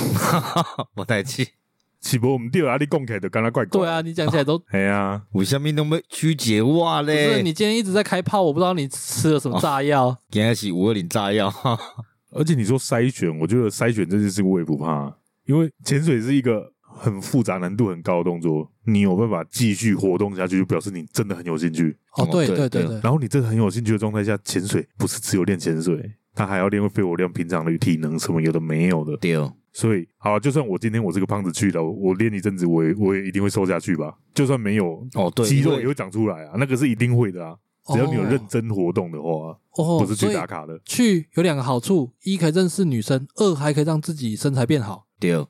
[SPEAKER 3] 我代志，
[SPEAKER 2] 起不我们掉啊，你讲起来就刚刚怪怪。
[SPEAKER 1] 对，啊，你讲起来都 不
[SPEAKER 2] 哎呀，
[SPEAKER 3] 为什么都没曲解我
[SPEAKER 2] 哎
[SPEAKER 1] 是。
[SPEAKER 3] 嘞？
[SPEAKER 1] 你今天一直在开炮，我不知道你吃了什么
[SPEAKER 2] 哦
[SPEAKER 1] 炸药。哦
[SPEAKER 3] 今天是五二零炸药，
[SPEAKER 2] 而且你说筛选，我觉得筛选这件事我也不怕，因为潜水是一个很复杂、难度很高的动作，你有办法继续活动下去，就表示你真的很有兴趣。
[SPEAKER 1] 哦，对
[SPEAKER 3] 哦对
[SPEAKER 1] 对对
[SPEAKER 3] 对
[SPEAKER 1] 对，
[SPEAKER 2] 然后你这个很有兴趣的状态下，潜水不是只有练潜水，它还要练会肺活量、平常的体能什么有的没有的。
[SPEAKER 3] 对。
[SPEAKER 2] 所以，好啊、就算我今天我是个胖子去了，我我练一阵子，我也我也一定会瘦下去吧。就算没有
[SPEAKER 3] 哦，对，
[SPEAKER 2] 肌
[SPEAKER 3] 因
[SPEAKER 2] 肉
[SPEAKER 3] 为哦
[SPEAKER 2] 也会长出来啊，那个是一定会的啊。只要你有认真活动的话，
[SPEAKER 1] 哦，
[SPEAKER 2] 不是
[SPEAKER 1] 所
[SPEAKER 2] 去
[SPEAKER 1] 以
[SPEAKER 2] 打卡的。
[SPEAKER 1] 去有两个好处：一可以认识女生，二还可以让自己身材变好。
[SPEAKER 3] 对，所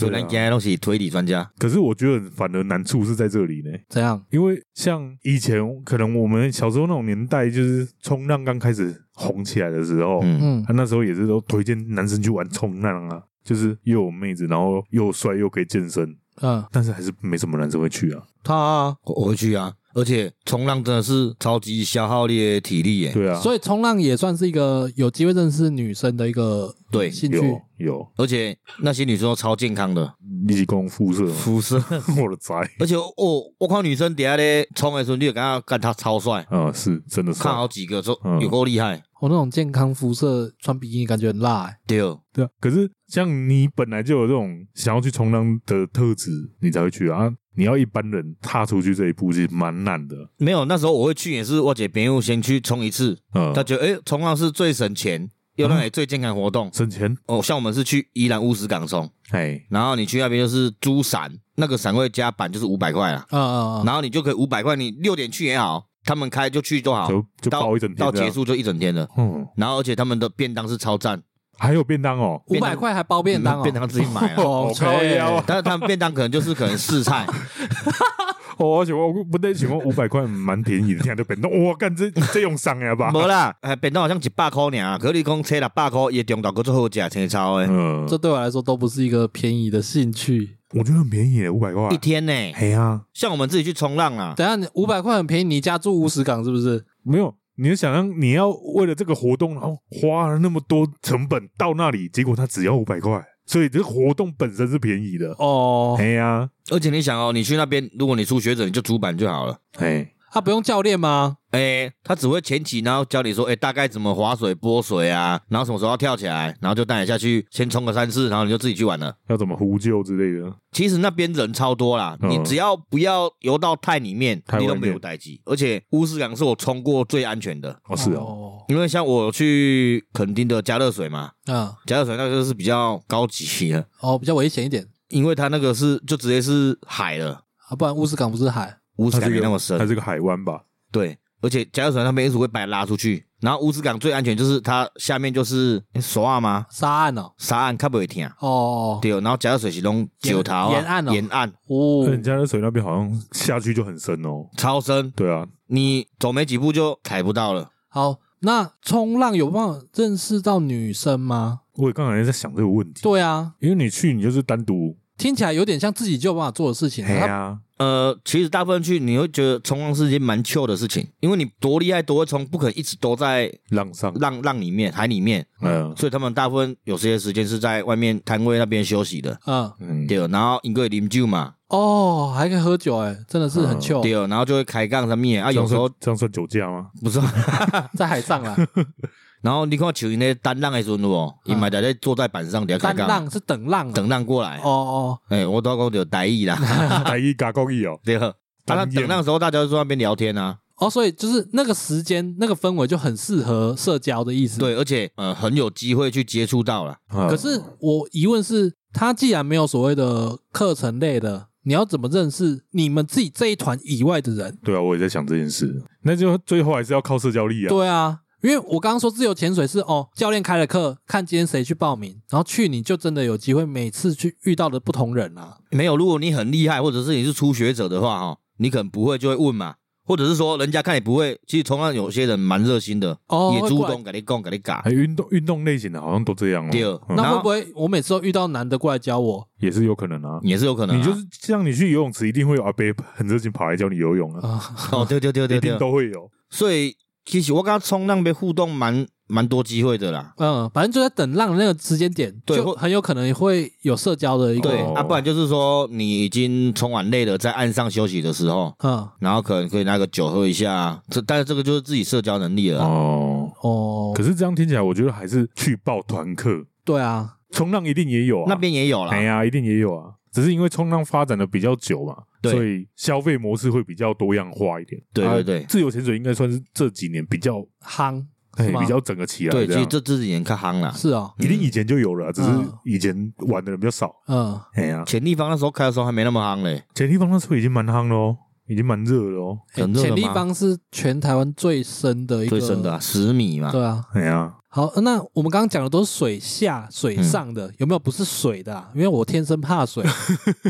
[SPEAKER 3] 以
[SPEAKER 2] 对啊
[SPEAKER 3] 咱今日拢是推理专家。
[SPEAKER 2] 可是我觉得反而难处是在这里呢，
[SPEAKER 1] 怎样？
[SPEAKER 2] 因为像以前可能我们小时候那种年代，就是冲浪刚开始红起来的时候，啊
[SPEAKER 3] 嗯，
[SPEAKER 1] 嗯，
[SPEAKER 2] 他那时候也是都推荐男生去玩冲浪啊，就是又有妹子，然后又帅又可以健身，
[SPEAKER 1] 嗯，
[SPEAKER 2] 但是还是没什么男生会去啊。
[SPEAKER 1] 他、啊，
[SPEAKER 3] 我我会去啊，而且冲浪真的是超级消耗你的体力耶。
[SPEAKER 2] 对啊，
[SPEAKER 1] 所以冲浪也算是一个有机会认识女生的一个
[SPEAKER 3] 对
[SPEAKER 1] 兴趣
[SPEAKER 2] 有。有
[SPEAKER 3] 而且那些女生都超健康的，
[SPEAKER 2] 一起供肤色，
[SPEAKER 3] 肤色。
[SPEAKER 2] 我的宅
[SPEAKER 3] 而且我我我看女生底下咧冲的时候，你就感觉干她超帅，
[SPEAKER 2] 啊，是真的是
[SPEAKER 3] 看好几个说
[SPEAKER 2] 嗯
[SPEAKER 3] 有够厉害。
[SPEAKER 1] 我、哦那种健康肤色穿比基尼感觉很辣、欸，
[SPEAKER 3] 对，
[SPEAKER 2] 对啊，可是像你本来就有这种想要去冲浪的特质，你才会去啊。啊你要一般人踏出去这一步，其实蛮难的。
[SPEAKER 3] 没有那时候我会去也是我姐朋友先去冲一次，
[SPEAKER 2] 嗯，
[SPEAKER 3] 她觉得诶冲浪是最省钱又让你最健康活动。
[SPEAKER 2] 省钱，
[SPEAKER 3] 哦，像我们是去宜兰乌石港冲，
[SPEAKER 2] 哎，
[SPEAKER 3] 然后你去那边就是租伞，那个伞会加板就是五百块啦。
[SPEAKER 1] 啊啊啊！
[SPEAKER 3] 然后你就可以五百块，你六点去也好，他们开就去就好，
[SPEAKER 2] 就就
[SPEAKER 3] 到
[SPEAKER 2] 包一整天
[SPEAKER 3] 到
[SPEAKER 2] 这样
[SPEAKER 3] 结。束就一整天了。
[SPEAKER 2] 嗯，
[SPEAKER 3] 然后而且他们的便当是超赞，
[SPEAKER 2] 还有便当哦，
[SPEAKER 1] 五百块还包便当哦，
[SPEAKER 3] 嗯便当自己买 了。
[SPEAKER 1] 哦
[SPEAKER 2] 哦，靠腰啊
[SPEAKER 3] 但是他们便当可能就是可能试 菜，
[SPEAKER 2] 哦，而且我不对，请问五百块蛮便宜的，听的便当，哇，哦干这这用上呀吧？
[SPEAKER 3] 无啦，哎，便当好像一百块尔，可是你讲切六百块，伊中岛个最好食，青超诶，
[SPEAKER 2] 嗯，
[SPEAKER 1] 这对我来说都不是一个便宜的兴趣。
[SPEAKER 2] 我觉得很便宜耶，五百块
[SPEAKER 3] 一。天呢。
[SPEAKER 2] 哎呀，
[SPEAKER 3] 像我们自己去冲浪啊，
[SPEAKER 1] 等一下你五百块很便宜，你家住乌石港是不 是？
[SPEAKER 2] 没有，你就想象你要为了这个活动，然后花了那么多成本到那里，结果它只要五百块，所以这个活动本身是便宜的。
[SPEAKER 1] 哦，
[SPEAKER 2] 哎呀，
[SPEAKER 3] 而且你想哦，你去那边，如果你初学者，你就主板就好了。
[SPEAKER 2] 哎，
[SPEAKER 1] 啊，不用教练吗？
[SPEAKER 3] 哎，他只会前期，然后教你说，哎，大概怎么划水、拨水啊，然后什么时候要跳起来，然后就带你下去，先冲个三次，然后你就自己去玩了。
[SPEAKER 2] 要怎么呼救之类的，
[SPEAKER 3] 其实那边人超多啦，
[SPEAKER 2] 嗯
[SPEAKER 3] 你只要不要游到太里面，
[SPEAKER 2] 太外
[SPEAKER 3] 你
[SPEAKER 2] 面
[SPEAKER 3] 都没有待机。而且乌斯港是我冲过最安全的，
[SPEAKER 2] 哦，是哦，
[SPEAKER 3] 因为像我去垦丁的加热水嘛，
[SPEAKER 1] 哦，嗯，
[SPEAKER 3] 加热水那个就是比较高级的，
[SPEAKER 1] 哦，比较危险一点。
[SPEAKER 3] 因为它那个是就直接是海了，
[SPEAKER 1] 啊，不然乌斯港不是海，
[SPEAKER 3] 乌斯
[SPEAKER 2] 它
[SPEAKER 3] 港
[SPEAKER 2] 是
[SPEAKER 3] 没
[SPEAKER 2] 一个
[SPEAKER 3] 那么深
[SPEAKER 2] 它，是个海湾吧？
[SPEAKER 3] 对，而且甲板船那边一直会把它拉出去，然后乌斯港最安全就是它下面就是诶索岸吗？
[SPEAKER 1] 沙岸哦，
[SPEAKER 3] 沙岸较不会听，
[SPEAKER 1] 哦，
[SPEAKER 3] 对，然后甲板水是拢九头啊
[SPEAKER 1] 沿岸哦
[SPEAKER 3] 沿岸
[SPEAKER 1] 哦，
[SPEAKER 2] 人家的水那边好像下去就很深哦。
[SPEAKER 3] 超深，
[SPEAKER 2] 对啊，
[SPEAKER 3] 你走没几步就踩不到了。
[SPEAKER 1] 好，那冲浪有办法认识到女生吗？
[SPEAKER 2] 我也刚才在想这个问题，
[SPEAKER 1] 对啊，
[SPEAKER 2] 因为你去你就是单独，
[SPEAKER 1] 听起来有点像自己就有办法做的事情。啊
[SPEAKER 2] 哎
[SPEAKER 1] 它
[SPEAKER 2] 呀，
[SPEAKER 3] 呃，其实大部分去你会觉得冲浪是一件蛮 chill 的事情，因为你多厉害多会冲，不可能一直都在
[SPEAKER 2] 浪上，
[SPEAKER 3] 浪浪里面、海里面，
[SPEAKER 2] 嗯
[SPEAKER 3] 所以他们大部分有些时间是在外面摊位那边休息的。
[SPEAKER 1] 嗯，
[SPEAKER 2] 嗯，
[SPEAKER 3] 对，然后因为啉酒嘛，
[SPEAKER 1] 哦，还可以喝酒，哎，真的是很
[SPEAKER 2] 嗯
[SPEAKER 1] 秀，
[SPEAKER 3] 对，啊然后就会开杠什么的啊，
[SPEAKER 2] 这样
[SPEAKER 3] 有时候
[SPEAKER 2] 算这样算酒驾吗？
[SPEAKER 3] 不是啊，
[SPEAKER 1] 在海上啊啦。
[SPEAKER 3] 然后你看像因咧单浪的时阵哦，伊嘛在在坐在板上底下开
[SPEAKER 1] 啊单
[SPEAKER 3] 杠，
[SPEAKER 1] 浪是等浪啊，
[SPEAKER 3] 等浪过来
[SPEAKER 1] 哦，哦，
[SPEAKER 3] 哎，我都讲就台 语啦，
[SPEAKER 2] 台一嘎高一哦，
[SPEAKER 3] 对，啊，那
[SPEAKER 2] 单眼
[SPEAKER 3] 等浪的时候大家就坐那边聊天啊，
[SPEAKER 1] 哦，所以就是那个时间、那个氛围就很适合社交的意思。，
[SPEAKER 3] 对，而且呃很有机会去接触到啦。
[SPEAKER 2] 嗯
[SPEAKER 1] 可是我疑问是，他既然没有所谓的课程类的，你要怎么认识你们自己这一团以外的人？
[SPEAKER 2] 对啊，我也在想这件事，那就最后还是要靠社交力啊。
[SPEAKER 1] 对啊，因为我刚刚说自由潜水是哦，教练开了课，看今天谁去报名，然后去你就真的有机会每次去遇到的不同人啊。
[SPEAKER 3] 没有，如果你很厉害，或者是你是初学者的话，哈，你可能不会就会问嘛，或者是说人家看你不会，其实同样有些人蛮热心的，
[SPEAKER 1] 哦，
[SPEAKER 3] 也
[SPEAKER 1] 会
[SPEAKER 3] 主
[SPEAKER 1] 过来
[SPEAKER 3] 动给你讲给你嘎
[SPEAKER 2] 还，运动运动类型的，好像都这样哦。
[SPEAKER 3] 对
[SPEAKER 2] 嗯
[SPEAKER 1] 那
[SPEAKER 3] 然后
[SPEAKER 1] 会不会我每次都遇到男的过来教我
[SPEAKER 2] 也是有可能啊。
[SPEAKER 3] 也是有可能啊、
[SPEAKER 2] 你就是像你去游泳池，一定会有阿伯很热情跑来教你游泳啊，
[SPEAKER 1] 啊？
[SPEAKER 3] 哦，对 对对对
[SPEAKER 2] 一定
[SPEAKER 3] 对，
[SPEAKER 2] 都会有。
[SPEAKER 3] 所以其实我跟他冲浪边互动蛮蛮多机会的啦。
[SPEAKER 1] 嗯，反正就在等浪的那个时间点，
[SPEAKER 3] 对
[SPEAKER 1] 就
[SPEAKER 3] 或
[SPEAKER 1] 很有可能会有社交的一个
[SPEAKER 3] 对，
[SPEAKER 2] 哦
[SPEAKER 3] 啊，不然就是说你已经冲完累了，在岸上休息的时候，
[SPEAKER 1] 嗯
[SPEAKER 3] 然后可能可以拿个酒喝一下啊，这但是这个就是自己社交能力了啊、
[SPEAKER 2] 哦，
[SPEAKER 1] 哦
[SPEAKER 2] 可，是这样听起来，我觉得还是去报团课，
[SPEAKER 1] 对啊，
[SPEAKER 2] 冲浪一定也有啊，
[SPEAKER 3] 那边也有啦
[SPEAKER 2] 哎，呀，一定也有啊。只是因为冲浪发展的比较久嘛，
[SPEAKER 3] 对
[SPEAKER 2] 所以消费模式会比较多样化一点。
[SPEAKER 3] 对
[SPEAKER 2] 啊
[SPEAKER 3] 对对
[SPEAKER 2] 自由潜水应该算是这几年比较
[SPEAKER 1] 夯
[SPEAKER 2] 哎
[SPEAKER 1] 是吗
[SPEAKER 2] 比较整个起来。这
[SPEAKER 3] 对，其实
[SPEAKER 2] 样
[SPEAKER 3] 这自己也看夯啦。
[SPEAKER 1] 是哦，
[SPEAKER 2] 一定以前就有了啊，只是
[SPEAKER 1] 嗯
[SPEAKER 2] 以前玩的人比较少。
[SPEAKER 1] 嗯，
[SPEAKER 2] 哎呀，
[SPEAKER 3] 潜立方那时候开的时候还没那么夯嘞，
[SPEAKER 2] 潜力方那时候已经蛮夯了哦，已经蛮热了哦。
[SPEAKER 1] 欸
[SPEAKER 3] 很热的
[SPEAKER 1] 潜
[SPEAKER 3] 吗
[SPEAKER 1] 立方是全台湾最深的一个，
[SPEAKER 3] 最深的啊，十米嘛，
[SPEAKER 1] 对啊。
[SPEAKER 2] 哎呀，
[SPEAKER 1] 好，呃那我们刚刚讲的都是水下、水上
[SPEAKER 3] 嗯
[SPEAKER 1] 的，有没有不是水的、啊？因为我天生怕 水。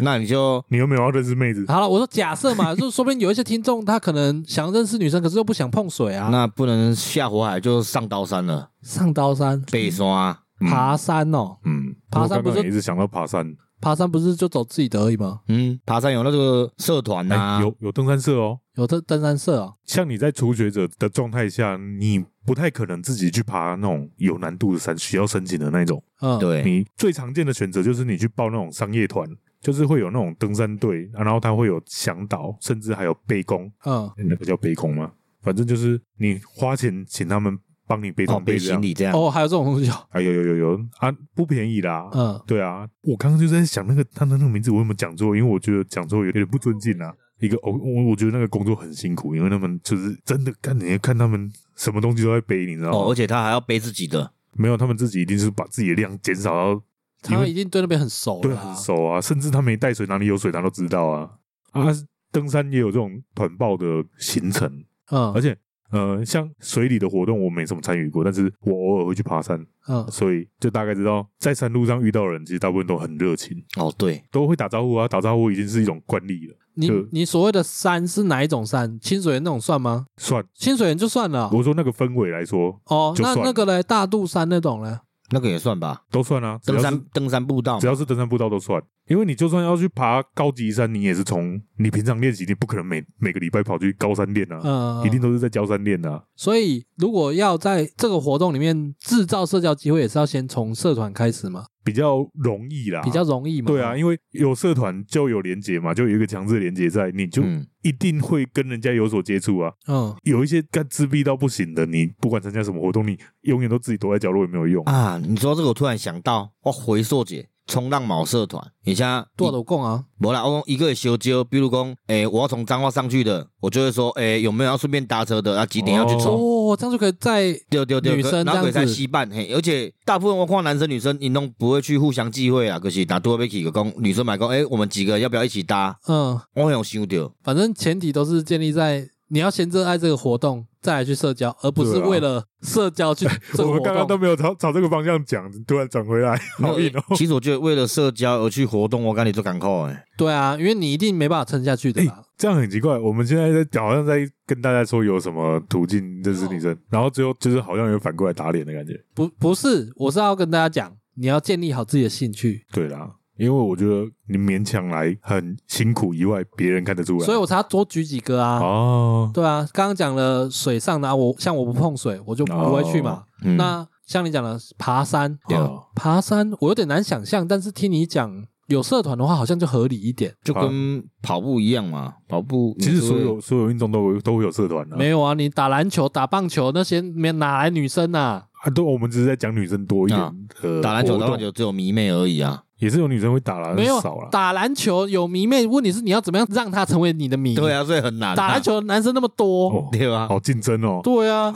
[SPEAKER 3] 那你就
[SPEAKER 2] 你有没有要认识妹子？
[SPEAKER 3] 啊
[SPEAKER 1] 好了，我说假设嘛，就是说不定有一些听众他可能想认识女生，可是又不想碰水啊。
[SPEAKER 3] 那不能下火海就上刀山了，
[SPEAKER 1] 上刀山、
[SPEAKER 3] 背山啊，
[SPEAKER 2] 嗯
[SPEAKER 1] 爬山哦，
[SPEAKER 2] 嗯，
[SPEAKER 1] 爬
[SPEAKER 2] 我
[SPEAKER 1] 山
[SPEAKER 2] 刚
[SPEAKER 1] 不
[SPEAKER 2] 刚
[SPEAKER 1] 是
[SPEAKER 2] 也一直想到爬山，
[SPEAKER 1] 爬山不是就走自己的而已吗？
[SPEAKER 3] 嗯，爬山有那个社团
[SPEAKER 2] 哎，
[SPEAKER 3] 啊，
[SPEAKER 2] 有有登山社哦。
[SPEAKER 1] 有登登山社哦，
[SPEAKER 2] 像你在初学者的状态下，你不太可能自己去爬那种有难度的山，需要申请的那种。
[SPEAKER 1] 嗯，，
[SPEAKER 3] 对，
[SPEAKER 2] 你最常见的选择就是你去报那种商业团，就是会有那种登山队，啊然后他会有向导，甚至还有背弓，
[SPEAKER 1] 嗯，
[SPEAKER 2] 那个叫背弓吗？反正就是你花钱请他们帮你背
[SPEAKER 3] 哦，
[SPEAKER 2] 装
[SPEAKER 3] 背
[SPEAKER 2] 备这样
[SPEAKER 3] 行。李这样，
[SPEAKER 1] 哦，还有这种东西哦，
[SPEAKER 2] 啊，有有有有啊，不便宜啦。
[SPEAKER 1] 嗯，
[SPEAKER 2] 对啊，我刚刚就在想那个他的那个名字，我有没有讲错？因为我觉得讲错有点不尊敬啊。一个哦，我我觉得那个工作很辛苦，因为他们就是真的看你看他们什么东西都在背，你知道吗？
[SPEAKER 3] 哦，而且他还要背自己的，
[SPEAKER 2] 没有，他们自己一定是把自己的量减少到
[SPEAKER 1] 他们一定对那边很熟
[SPEAKER 2] 对
[SPEAKER 1] 了啊
[SPEAKER 2] 很熟啊，甚至他没带水，哪里有水他都知道啊。啊，登山也有这种团报的行程，而
[SPEAKER 1] 嗯
[SPEAKER 2] 且呃，像水里的活动我没什么参与过，但是我偶尔会去爬山，
[SPEAKER 1] 嗯，
[SPEAKER 2] 所以就大概知道在山路上遇到的人，其实大部分都很热情，
[SPEAKER 3] 哦，对，
[SPEAKER 2] 都会打招呼啊，打招呼已经是一种惯例了。
[SPEAKER 1] 你
[SPEAKER 2] 就
[SPEAKER 1] 你所谓的山是哪一种山？清水岩那种算吗？
[SPEAKER 2] 算，
[SPEAKER 1] 清水岩就算了哦。
[SPEAKER 2] 我说那个氛围来说
[SPEAKER 1] 哦，
[SPEAKER 2] 就
[SPEAKER 1] 那
[SPEAKER 2] 算了
[SPEAKER 1] 那个嘞，大肚山那种嘞，
[SPEAKER 3] 那个也算吧，
[SPEAKER 2] 都算啊，只
[SPEAKER 3] 登
[SPEAKER 2] 要
[SPEAKER 3] 山
[SPEAKER 2] 是
[SPEAKER 3] 登山步道嘛
[SPEAKER 2] 只，要是登山步道都算，因为你就算要去爬高级山，你也是从你平常练习，你不可能每每个礼拜跑去高山练啊，
[SPEAKER 1] 嗯，
[SPEAKER 2] 一定。都是在焦山练的、啊。
[SPEAKER 1] 所以如果要在这个活动里面制造社交机会，也是要先从社团开始嘛，
[SPEAKER 2] 比较容易啦，
[SPEAKER 1] 比较容易嘛。
[SPEAKER 2] 对啊，因为有社团就有连结嘛，就有一个强制连结在，你就
[SPEAKER 3] 嗯，
[SPEAKER 2] 一定会跟人家有所接触啊。
[SPEAKER 1] 嗯
[SPEAKER 2] 有一些干自闭到不行的，你不管参加什么活动，你永远都自己躲在角落也没有用。
[SPEAKER 3] 啊，你说这个我突然想到，哇，回溯姐。冲浪毛社团，而且
[SPEAKER 1] 多少都讲啊，
[SPEAKER 3] 无啦，我讲一个小招，比如讲，诶、我要从彰化上去的，我就会说，诶、有没有要顺便搭车的？啊，几点要去冲？
[SPEAKER 1] 哦，这样就可以在
[SPEAKER 3] 对对对，
[SPEAKER 1] 女生
[SPEAKER 3] 然后
[SPEAKER 1] 这
[SPEAKER 3] 可
[SPEAKER 1] 样
[SPEAKER 3] 以在
[SPEAKER 1] 子
[SPEAKER 3] 西半嘿，而且大部分我看男生女生，你弄不会去互相忌讳啊，可、是打多被几个公女生买公，诶、我们几个要不要一起搭？
[SPEAKER 1] 嗯，
[SPEAKER 3] 我很有想到，
[SPEAKER 1] 反正前提都是建立在你要先热爱这个活动，再来去社交，而不是
[SPEAKER 2] 对啊
[SPEAKER 1] 为了社交 去这个
[SPEAKER 2] 我
[SPEAKER 1] 活
[SPEAKER 2] 们刚刚都
[SPEAKER 1] 动。
[SPEAKER 2] 没有朝朝这个方向讲，突然转回来，好硬哦。
[SPEAKER 3] 其实我觉得为了社交而去活动，我跟你做港口诶，
[SPEAKER 1] 对啊，因为你一定没办法撑下去的啦。
[SPEAKER 2] 这样很奇怪，我们现在在讲好像在跟大家说有什么途径认识女生，然后最后就是好像有反过来打脸的感觉。
[SPEAKER 1] 不，不是，我是要跟大家讲，你要建立好自己的兴趣，
[SPEAKER 2] 对啦，因为我觉得你勉强来很辛苦以外，别人看得出来。
[SPEAKER 1] 所以我才要多举几个啊。
[SPEAKER 2] 哦，
[SPEAKER 1] 对啊，刚刚讲了水上的、啊，我像我不碰水，我就不会去嘛。
[SPEAKER 3] 嗯
[SPEAKER 1] 那像你讲的爬山，
[SPEAKER 3] 对
[SPEAKER 2] 哦
[SPEAKER 1] 爬山我有点难想象，但是听你讲有社团的话，好像就合理一点。
[SPEAKER 3] 就跟跑步一样嘛，跑步
[SPEAKER 2] 啊其实所
[SPEAKER 3] 你是会
[SPEAKER 2] 有所有运动都有都会有社团的、
[SPEAKER 1] 没有啊，你打篮球、打棒球那些，没哪来女生啊？
[SPEAKER 2] 啊，都我们只是在讲女生多一点。
[SPEAKER 3] 啊
[SPEAKER 2] 呃，
[SPEAKER 3] 打篮球，
[SPEAKER 2] 活
[SPEAKER 3] 打
[SPEAKER 2] 动
[SPEAKER 3] 篮球只有迷妹而已啊。
[SPEAKER 2] 也是有女生会打啦，
[SPEAKER 1] 没有啊
[SPEAKER 2] 很少啦。
[SPEAKER 1] 打篮球有迷妹，问题是你要怎么样让她成为你的迷？
[SPEAKER 3] 对，啊，所以很难啊
[SPEAKER 1] 打篮，球的男生那么多，
[SPEAKER 2] 哦，
[SPEAKER 3] 对啊，
[SPEAKER 2] 好竞争哦。
[SPEAKER 1] 对啊，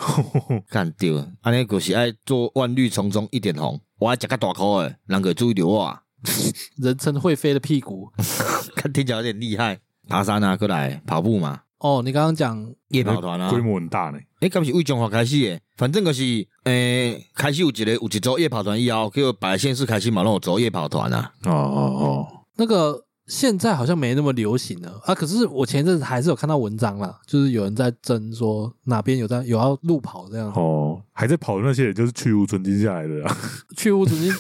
[SPEAKER 3] 干对了，安尼就是爱做万绿丛中一点红，我爱食个大口诶，人个注意到我啊，
[SPEAKER 1] 人称会飞的屁股。
[SPEAKER 3] 看听起来有点厉害。爬山啊，过来跑步嘛，
[SPEAKER 1] 哦，你刚刚讲
[SPEAKER 3] 夜跑团啊
[SPEAKER 2] 规，模很大呢。
[SPEAKER 3] 诶，敢是为中华开始诶，反正就是诶、开始有一个有一组夜跑团以后，叫百县市开始嘛，拢有组夜跑团啊，
[SPEAKER 2] 哦哦
[SPEAKER 1] 那个现在好像没那么流行了啊。可是我前阵子还是有看到文章啦，就是有人在争说哪边有在有要路跑这样
[SPEAKER 2] 哦，哦，还在跑的那些人就是去无存精下来的啊。
[SPEAKER 1] 去乌曾经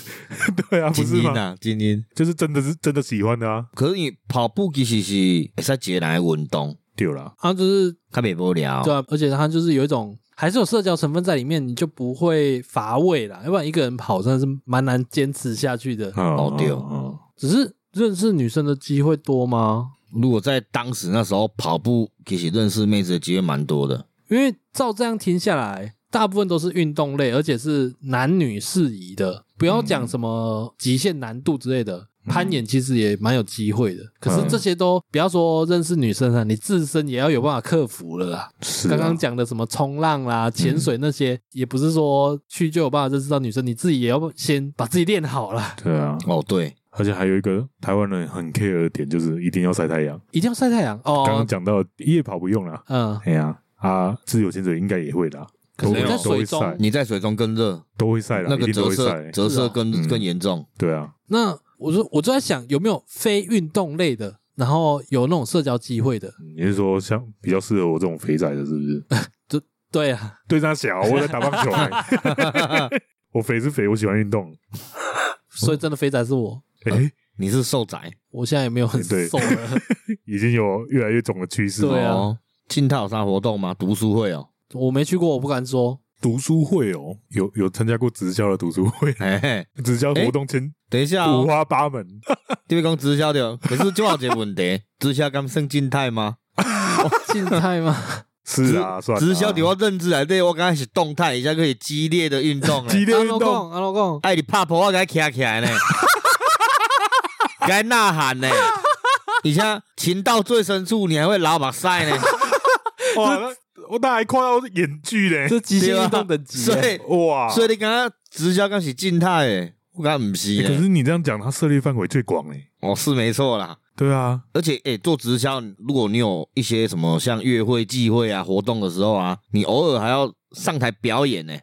[SPEAKER 2] 对啊，不
[SPEAKER 3] 精
[SPEAKER 2] 是
[SPEAKER 3] 英
[SPEAKER 2] 吗？
[SPEAKER 3] 啊，精英。
[SPEAKER 2] 就是真的是真的喜欢的啊。
[SPEAKER 3] 可是你跑步其实是会使一个人的运动，
[SPEAKER 2] 对啦，
[SPEAKER 1] 啊，就是
[SPEAKER 3] 较袂无
[SPEAKER 2] 哦
[SPEAKER 3] 聊。
[SPEAKER 1] 对啊，而且他就是有一种还是有社交成分在里面，你就不会乏味啦。要不然一个人跑真的是蛮难坚持下去的。
[SPEAKER 2] 哦
[SPEAKER 3] 对
[SPEAKER 2] 哦
[SPEAKER 1] 只是认识女生的机会多吗？
[SPEAKER 3] 如果在当时那时候跑步，其实认识妹子的机会蛮多的。
[SPEAKER 1] 因为照这样听下来，大部分都是运动类，而且是男女适宜的，不要讲什么极限难度之类的。攀岩其实也蛮有机会的，可是这些都不要说认识女生啊，你自身也要有办法克服了啦。
[SPEAKER 2] 是
[SPEAKER 1] 刚
[SPEAKER 2] 啊
[SPEAKER 1] 刚讲的什么冲浪啦、潜水那些，也不是说去就有办法认识到女生，你自己也要先把自己练好了，
[SPEAKER 2] 对啊，
[SPEAKER 3] 哦，对，
[SPEAKER 2] 而且还有一个台湾人很 care 的点，就是一定要晒太阳。
[SPEAKER 1] 一定要晒太阳
[SPEAKER 2] 刚刚
[SPEAKER 1] 哦。
[SPEAKER 2] 讲到夜跑不用啦，
[SPEAKER 1] 嗯，
[SPEAKER 2] 哎呀啊，自由潜水应该也会啦，
[SPEAKER 1] 可是你
[SPEAKER 2] 都
[SPEAKER 1] 在
[SPEAKER 2] 都会
[SPEAKER 1] 水中
[SPEAKER 2] 晒
[SPEAKER 3] 你在水中更热，
[SPEAKER 2] 都会晒啦，
[SPEAKER 3] 那
[SPEAKER 2] 一
[SPEAKER 3] 个
[SPEAKER 2] 定都
[SPEAKER 3] 折
[SPEAKER 2] 会
[SPEAKER 3] 射
[SPEAKER 2] 晒。
[SPEAKER 3] 折射
[SPEAKER 2] 是
[SPEAKER 3] 更
[SPEAKER 2] 啊
[SPEAKER 3] 更严重。
[SPEAKER 2] 对啊，
[SPEAKER 1] 那我就我就在想，有没有非运动类的，然后有那种社交机会的？
[SPEAKER 2] 你是说像比较适合我这种肥仔的，是不是？
[SPEAKER 1] 对啊，
[SPEAKER 2] 对他小，我在打棒球欸。 我肥是肥，我喜欢运动。
[SPEAKER 1] 所以真的肥仔是我，
[SPEAKER 2] 哎，
[SPEAKER 3] 你是瘦仔，
[SPEAKER 1] 我现在也没有很
[SPEAKER 2] 对
[SPEAKER 1] 瘦了。
[SPEAKER 2] 已经有越来越肿的趋势。
[SPEAKER 1] 对啊
[SPEAKER 3] 哦，近他有啥活动吗？读书会哦，
[SPEAKER 1] 我没去过，我不敢说。
[SPEAKER 2] 读书会哦，有有参加过直销的读书会，
[SPEAKER 3] 嘿嘿，
[SPEAKER 2] 直销活动千
[SPEAKER 3] 等一下
[SPEAKER 2] 五
[SPEAKER 3] 哦，
[SPEAKER 2] 花八门。
[SPEAKER 3] 这位讲直销的，可是就有一个问题， 直销敢算静态吗？
[SPEAKER 1] 静态吗？
[SPEAKER 2] 是啊，算啦
[SPEAKER 3] 直销在我认知来对我刚开始动态，一下可以激烈的运动
[SPEAKER 2] 激
[SPEAKER 3] 嘞，
[SPEAKER 2] 烈运
[SPEAKER 1] 阿
[SPEAKER 2] 动，
[SPEAKER 1] 公，阿老公，
[SPEAKER 3] 哎，你拍婆我该站起来呢，该呐喊呢，你像情到最深处，你还会流目屎呢，
[SPEAKER 2] 哇！那我那还夸到眼距嘞，
[SPEAKER 1] 这极限
[SPEAKER 3] 对啊
[SPEAKER 1] 运动等级
[SPEAKER 3] 所
[SPEAKER 1] 耶，
[SPEAKER 3] 以
[SPEAKER 2] 哇！
[SPEAKER 3] 所以你刚刚直销刚是静态诶，我刚不是
[SPEAKER 2] 欸可
[SPEAKER 3] 呢，
[SPEAKER 2] 是你这样讲，它涉猎范围最广嘞。
[SPEAKER 3] 哦是没错啦。
[SPEAKER 2] 对啊，
[SPEAKER 3] 而且，诶、做直销，如果你有一些什么像约会、聚会啊、活动的时候啊，你偶尔还要上台表演呢、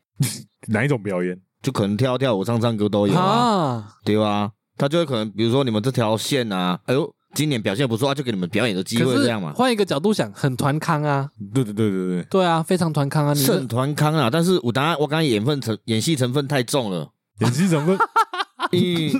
[SPEAKER 2] 哪一种表演？
[SPEAKER 3] 就可能跳跳舞、唱唱歌都 有啊，
[SPEAKER 1] 啊，
[SPEAKER 3] 对吧、他就会可能，比如说你们这条线啊，哎呦，今年表现不错啊，就给你们表演的机
[SPEAKER 1] 可
[SPEAKER 3] 会，
[SPEAKER 1] 是
[SPEAKER 3] 这样嘛，
[SPEAKER 1] 换一个角度想，很团康啊，
[SPEAKER 2] 对对对对对，
[SPEAKER 1] 对啊，非常团康啊。你
[SPEAKER 3] 是
[SPEAKER 1] 这
[SPEAKER 3] 很团康啊。但是我当然，我刚刚演分成演戏成分太重了，
[SPEAKER 2] 演戏成分
[SPEAKER 3] 因为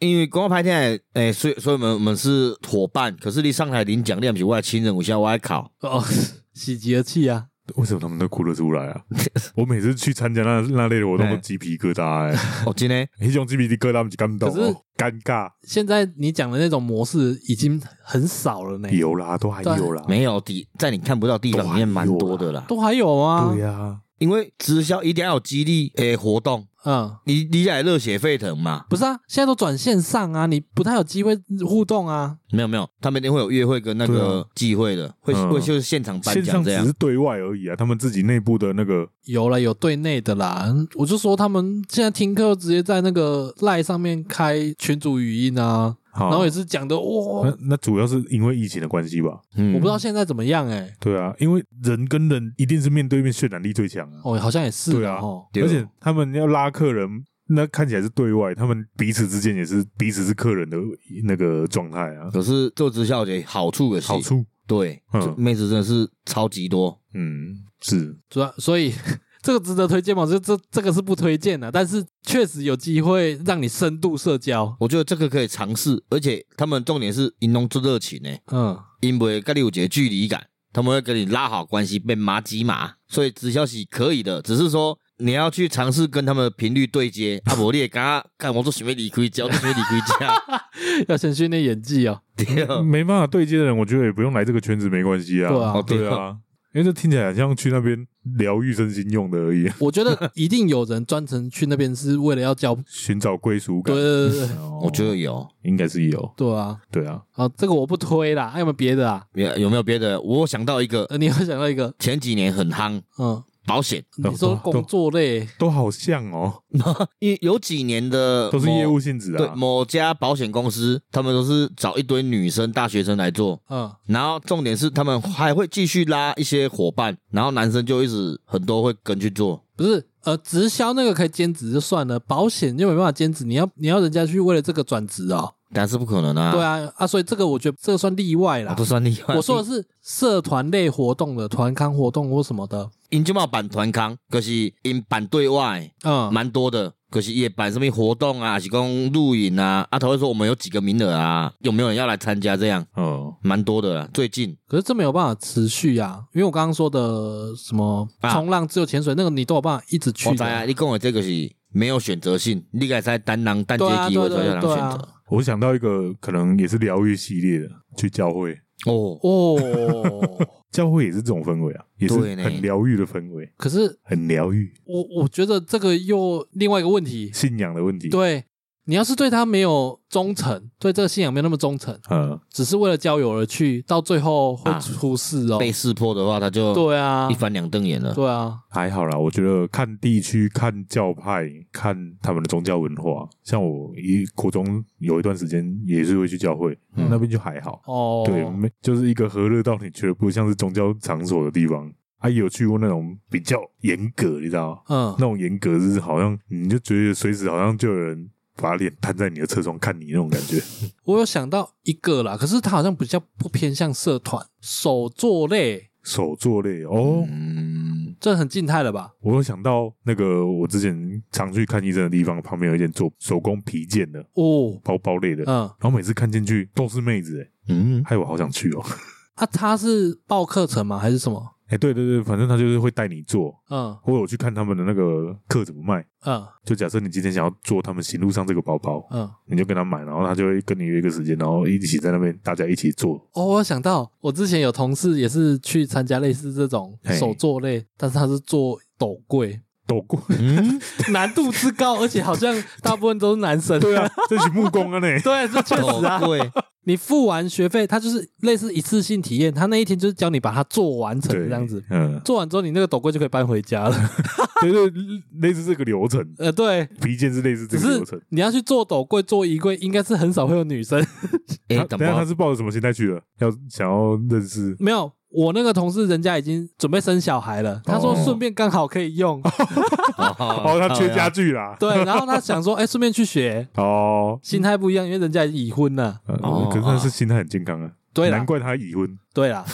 [SPEAKER 3] 因为光拍天，诶、所以所以我们我们是伙伴，可是你上台领奖，你也不是我的亲人，我现在我还考，
[SPEAKER 1] 哦， 喜极而泣啊。
[SPEAKER 2] 为什么他们都哭得出来啊？ 我每次去参加那那类的活动，
[SPEAKER 3] 哎
[SPEAKER 2] 都鸡皮疙瘩 哎，
[SPEAKER 3] 哦，今天。
[SPEAKER 2] 那种鸡皮疙瘩不是感动
[SPEAKER 1] 可是
[SPEAKER 2] 哦，尴尬
[SPEAKER 1] 现在你讲的那种模式已经很少了呢，
[SPEAKER 2] 有啦，都还
[SPEAKER 1] 对
[SPEAKER 2] 有啦，
[SPEAKER 3] 没有地，在你看不到 地方里面蛮多的啦，
[SPEAKER 1] 都还有啊
[SPEAKER 2] 对。呀，
[SPEAKER 3] 因为直销一定要有激励诶活动，
[SPEAKER 1] 嗯，
[SPEAKER 3] 你你也热血沸腾嘛？
[SPEAKER 1] 不是啊，现在都转线上啊，你不太有机会互动啊。
[SPEAKER 3] 没有没有，他们一定会有约会跟那
[SPEAKER 2] 对
[SPEAKER 3] 个聚会的，会
[SPEAKER 2] 嗯
[SPEAKER 3] 会就是现场颁
[SPEAKER 2] 线上
[SPEAKER 3] 奖这
[SPEAKER 2] 只
[SPEAKER 3] 样
[SPEAKER 2] 是。对外而已啊，他们自己内部的那个
[SPEAKER 1] 有了有对内的啦，我就说他们现在听课直接在那个赖上面开群组语音啊，
[SPEAKER 2] 好，
[SPEAKER 1] 然后也是讲的哇
[SPEAKER 2] 那，那主要是因为疫情的关系吧？
[SPEAKER 3] 嗯
[SPEAKER 1] 我不知道现在怎么样哎、欸，
[SPEAKER 2] 对啊，因为人跟人一定是面对面渲染力最强啊，
[SPEAKER 1] 哦，好像也是
[SPEAKER 2] 对
[SPEAKER 1] 啦
[SPEAKER 2] 啊
[SPEAKER 1] 哦，
[SPEAKER 3] 对
[SPEAKER 2] 而且他们要拉客人，那看起来是对外，他们彼此之间也是彼此是客人的那个状态啊，
[SPEAKER 3] 可是做直销有好处的是，
[SPEAKER 2] 好处，
[SPEAKER 3] 对，
[SPEAKER 2] 嗯
[SPEAKER 3] 这妹子真的是超级多。
[SPEAKER 2] 嗯，是
[SPEAKER 1] 主要所以这个值得推荐吗？这这这个是不推荐的，但是确实有机会让你深度社交。
[SPEAKER 3] 我觉得这个可以尝试，而且他们重点是银龙做热情呢、
[SPEAKER 1] 嗯，
[SPEAKER 3] 因为跟你有一个距离感，他们会跟你拉好关系，变麻吉麻，所以直销是可以的，只是说你要去尝试跟他们的频率对接。啊，伯你刚刚干我做准备离开家，准备离开家，
[SPEAKER 1] 要先训练演技哦。
[SPEAKER 3] 对
[SPEAKER 2] 没办法对接的人，我觉得也不用来这个圈子没关系啊，
[SPEAKER 1] 对啊
[SPEAKER 3] 哦对
[SPEAKER 2] 对啊，因为这听起来很像去那边疗愈身心用的而已，
[SPEAKER 1] 我觉 得一定有人专程去那边是为了要交，
[SPEAKER 2] 寻找归属
[SPEAKER 1] 对
[SPEAKER 2] 感，
[SPEAKER 1] 对对对
[SPEAKER 2] 哦
[SPEAKER 3] 我觉得有。
[SPEAKER 2] 应该是有，
[SPEAKER 1] 对啊！
[SPEAKER 2] 对啊，
[SPEAKER 1] 啊，这个我不推啦，还有没有别的啊？
[SPEAKER 3] 有有没有别的？我想到一个，
[SPEAKER 1] 呃，你有想到一个，
[SPEAKER 3] 前几年很夯
[SPEAKER 1] 嗯，
[SPEAKER 2] 哦
[SPEAKER 3] 保险，
[SPEAKER 1] 你
[SPEAKER 2] 啊
[SPEAKER 1] 说工作类，
[SPEAKER 2] 都好像哦，
[SPEAKER 3] 因为有几年的
[SPEAKER 2] 都是业
[SPEAKER 3] 某
[SPEAKER 2] 务性质
[SPEAKER 3] 对
[SPEAKER 2] 啊，
[SPEAKER 3] 某家保险公司，他们都是找一堆女生大学生来做，
[SPEAKER 1] 嗯，
[SPEAKER 3] 然后重点是他们还会继续拉一些伙伴，然后男生就一直很多会跟去做，
[SPEAKER 1] 不是，呃，直销那个可以兼职就算了，保险就没办法兼职，你要你要人家去为了这个转职哦。
[SPEAKER 3] 但是不可能啊，
[SPEAKER 1] 对啊，啊，所以这个我觉得这个算例外
[SPEAKER 3] 啊，
[SPEAKER 1] 啦
[SPEAKER 3] 不。算例外。
[SPEAKER 1] 我说的是社团类活动的团康活动或什么的，
[SPEAKER 3] 因就嘛版团康，可、是因版对外
[SPEAKER 1] 嗯，
[SPEAKER 3] 蛮多的，可、是也办什么活动啊，还是讲露营啊，啊，他会说我们有几个名额啊，有没有人要来参加？这样
[SPEAKER 2] 嗯，
[SPEAKER 3] 蛮多的啦，最近
[SPEAKER 1] 可是这没有办法持续啊，因为我刚刚说的什么
[SPEAKER 3] 啊
[SPEAKER 1] 冲浪、自由潜水那个，你都有办法一直去
[SPEAKER 3] 我知
[SPEAKER 1] 的
[SPEAKER 3] 啊，你讲的这个是没有选择性，你该在单人单阶
[SPEAKER 1] 对啊
[SPEAKER 3] 机会
[SPEAKER 1] 对
[SPEAKER 3] 才
[SPEAKER 1] 啊
[SPEAKER 3] 让人
[SPEAKER 1] 对
[SPEAKER 3] 选
[SPEAKER 1] 啊
[SPEAKER 3] 择。
[SPEAKER 2] 我想到一个可能也是疗愈系列的，去教会，
[SPEAKER 3] 哦，
[SPEAKER 1] 啊 哦。
[SPEAKER 2] 教会也是这种氛围啊，也是
[SPEAKER 3] 对呢
[SPEAKER 2] 很疗愈的氛围，
[SPEAKER 1] 可是
[SPEAKER 2] 很疗愈，
[SPEAKER 1] 我我觉得这个又另外一个问题，
[SPEAKER 2] 信仰的问题，，
[SPEAKER 1] 对你要是对他没有忠诚，对这个信仰没有那么忠诚，
[SPEAKER 2] 嗯，
[SPEAKER 1] 只是为了交友而去，到最后会
[SPEAKER 3] 啊
[SPEAKER 1] 出事哦。
[SPEAKER 3] 被识破的话，他就
[SPEAKER 1] 对啊
[SPEAKER 3] 一，翻两瞪眼了。
[SPEAKER 1] 对啊，
[SPEAKER 2] 还好啦，我觉得看地区、看教派、看他们的宗教文化，像我一国中有一段时间也是会去教会，
[SPEAKER 3] 嗯
[SPEAKER 2] 那边就还好，
[SPEAKER 1] 哦，
[SPEAKER 2] 对，没就是一个和乐到你觉得不像是宗教场所的地方。啊，有去过那种比较严格，你知道吗？
[SPEAKER 1] 嗯
[SPEAKER 2] 那，种严格是好像你就觉得随时好像就有人把脸摊在你的车窗看你那种感 觉。
[SPEAKER 1] 我有想到一个啦，可是他好像比较不偏向社团，手作类，
[SPEAKER 2] 手作类哦，
[SPEAKER 3] 嗯，
[SPEAKER 1] 这很静态了吧？
[SPEAKER 2] 我有想到那个我之前常去看医生的地方，旁边有一间做手工皮件的
[SPEAKER 1] 哦，
[SPEAKER 2] 包包类的，
[SPEAKER 1] 嗯，
[SPEAKER 2] 然后每次看进去都是妹子、欸，
[SPEAKER 3] 嗯，
[SPEAKER 2] 害我好想去哦。
[SPEAKER 1] 啊，他是报课程吗？还是什么？
[SPEAKER 2] 哎、对对对，反正他就是会带你做，
[SPEAKER 1] 嗯
[SPEAKER 2] 我有去看他们的那个课怎么卖。
[SPEAKER 1] 嗯
[SPEAKER 2] 就假设你今天想要做他们行路上这个包包，
[SPEAKER 1] 嗯。
[SPEAKER 2] 你就跟他买，然后他就会跟你约一个时间，然后一起在那边大家一起 做。
[SPEAKER 1] 哦，我有想到，我之前有同事也是去参加类似这种
[SPEAKER 2] 嘿
[SPEAKER 1] 手作类，但是他是做斗柜，
[SPEAKER 2] 抖过，
[SPEAKER 3] 嗯，
[SPEAKER 1] 难度之高，而且好像大部分都是男生。
[SPEAKER 2] 对啊，这是木工啊 呢。
[SPEAKER 1] 对，这确实啊。
[SPEAKER 3] 哦对，
[SPEAKER 1] 你付完学费，他就是类似一次性体验，他那一天就是教你把它做完成
[SPEAKER 2] 对，
[SPEAKER 1] 这样子。，
[SPEAKER 2] 嗯，
[SPEAKER 1] 做完之后，你那个斗柜就可以搬回家了。
[SPEAKER 2] 就是类似这个流程，
[SPEAKER 1] 呃，对，
[SPEAKER 2] 皮件是类似
[SPEAKER 1] 只
[SPEAKER 2] 这个流 程
[SPEAKER 1] 是。你要去做斗柜、做衣柜，应该是很少会有女生。
[SPEAKER 3] 哎，
[SPEAKER 2] 他
[SPEAKER 3] 等
[SPEAKER 2] 等一下他
[SPEAKER 3] 吧，
[SPEAKER 2] 是抱着什么心态去的？要想要认识
[SPEAKER 1] 没有，我那个同事人家已经准备生小孩了，他说
[SPEAKER 3] 哦
[SPEAKER 1] 顺便刚好可以用。
[SPEAKER 2] 哦，他缺家
[SPEAKER 3] 具，
[SPEAKER 2] 具啦。
[SPEAKER 1] 对，然后他想说，哎，顺便去学，
[SPEAKER 2] 哦，
[SPEAKER 1] 心态不一样，因为人家已经已婚了。
[SPEAKER 2] 呃
[SPEAKER 3] 哦
[SPEAKER 2] 可是他是心态很健康啊，
[SPEAKER 1] 对
[SPEAKER 2] 难
[SPEAKER 1] 啦，
[SPEAKER 2] 怪他已婚。
[SPEAKER 1] 对啦，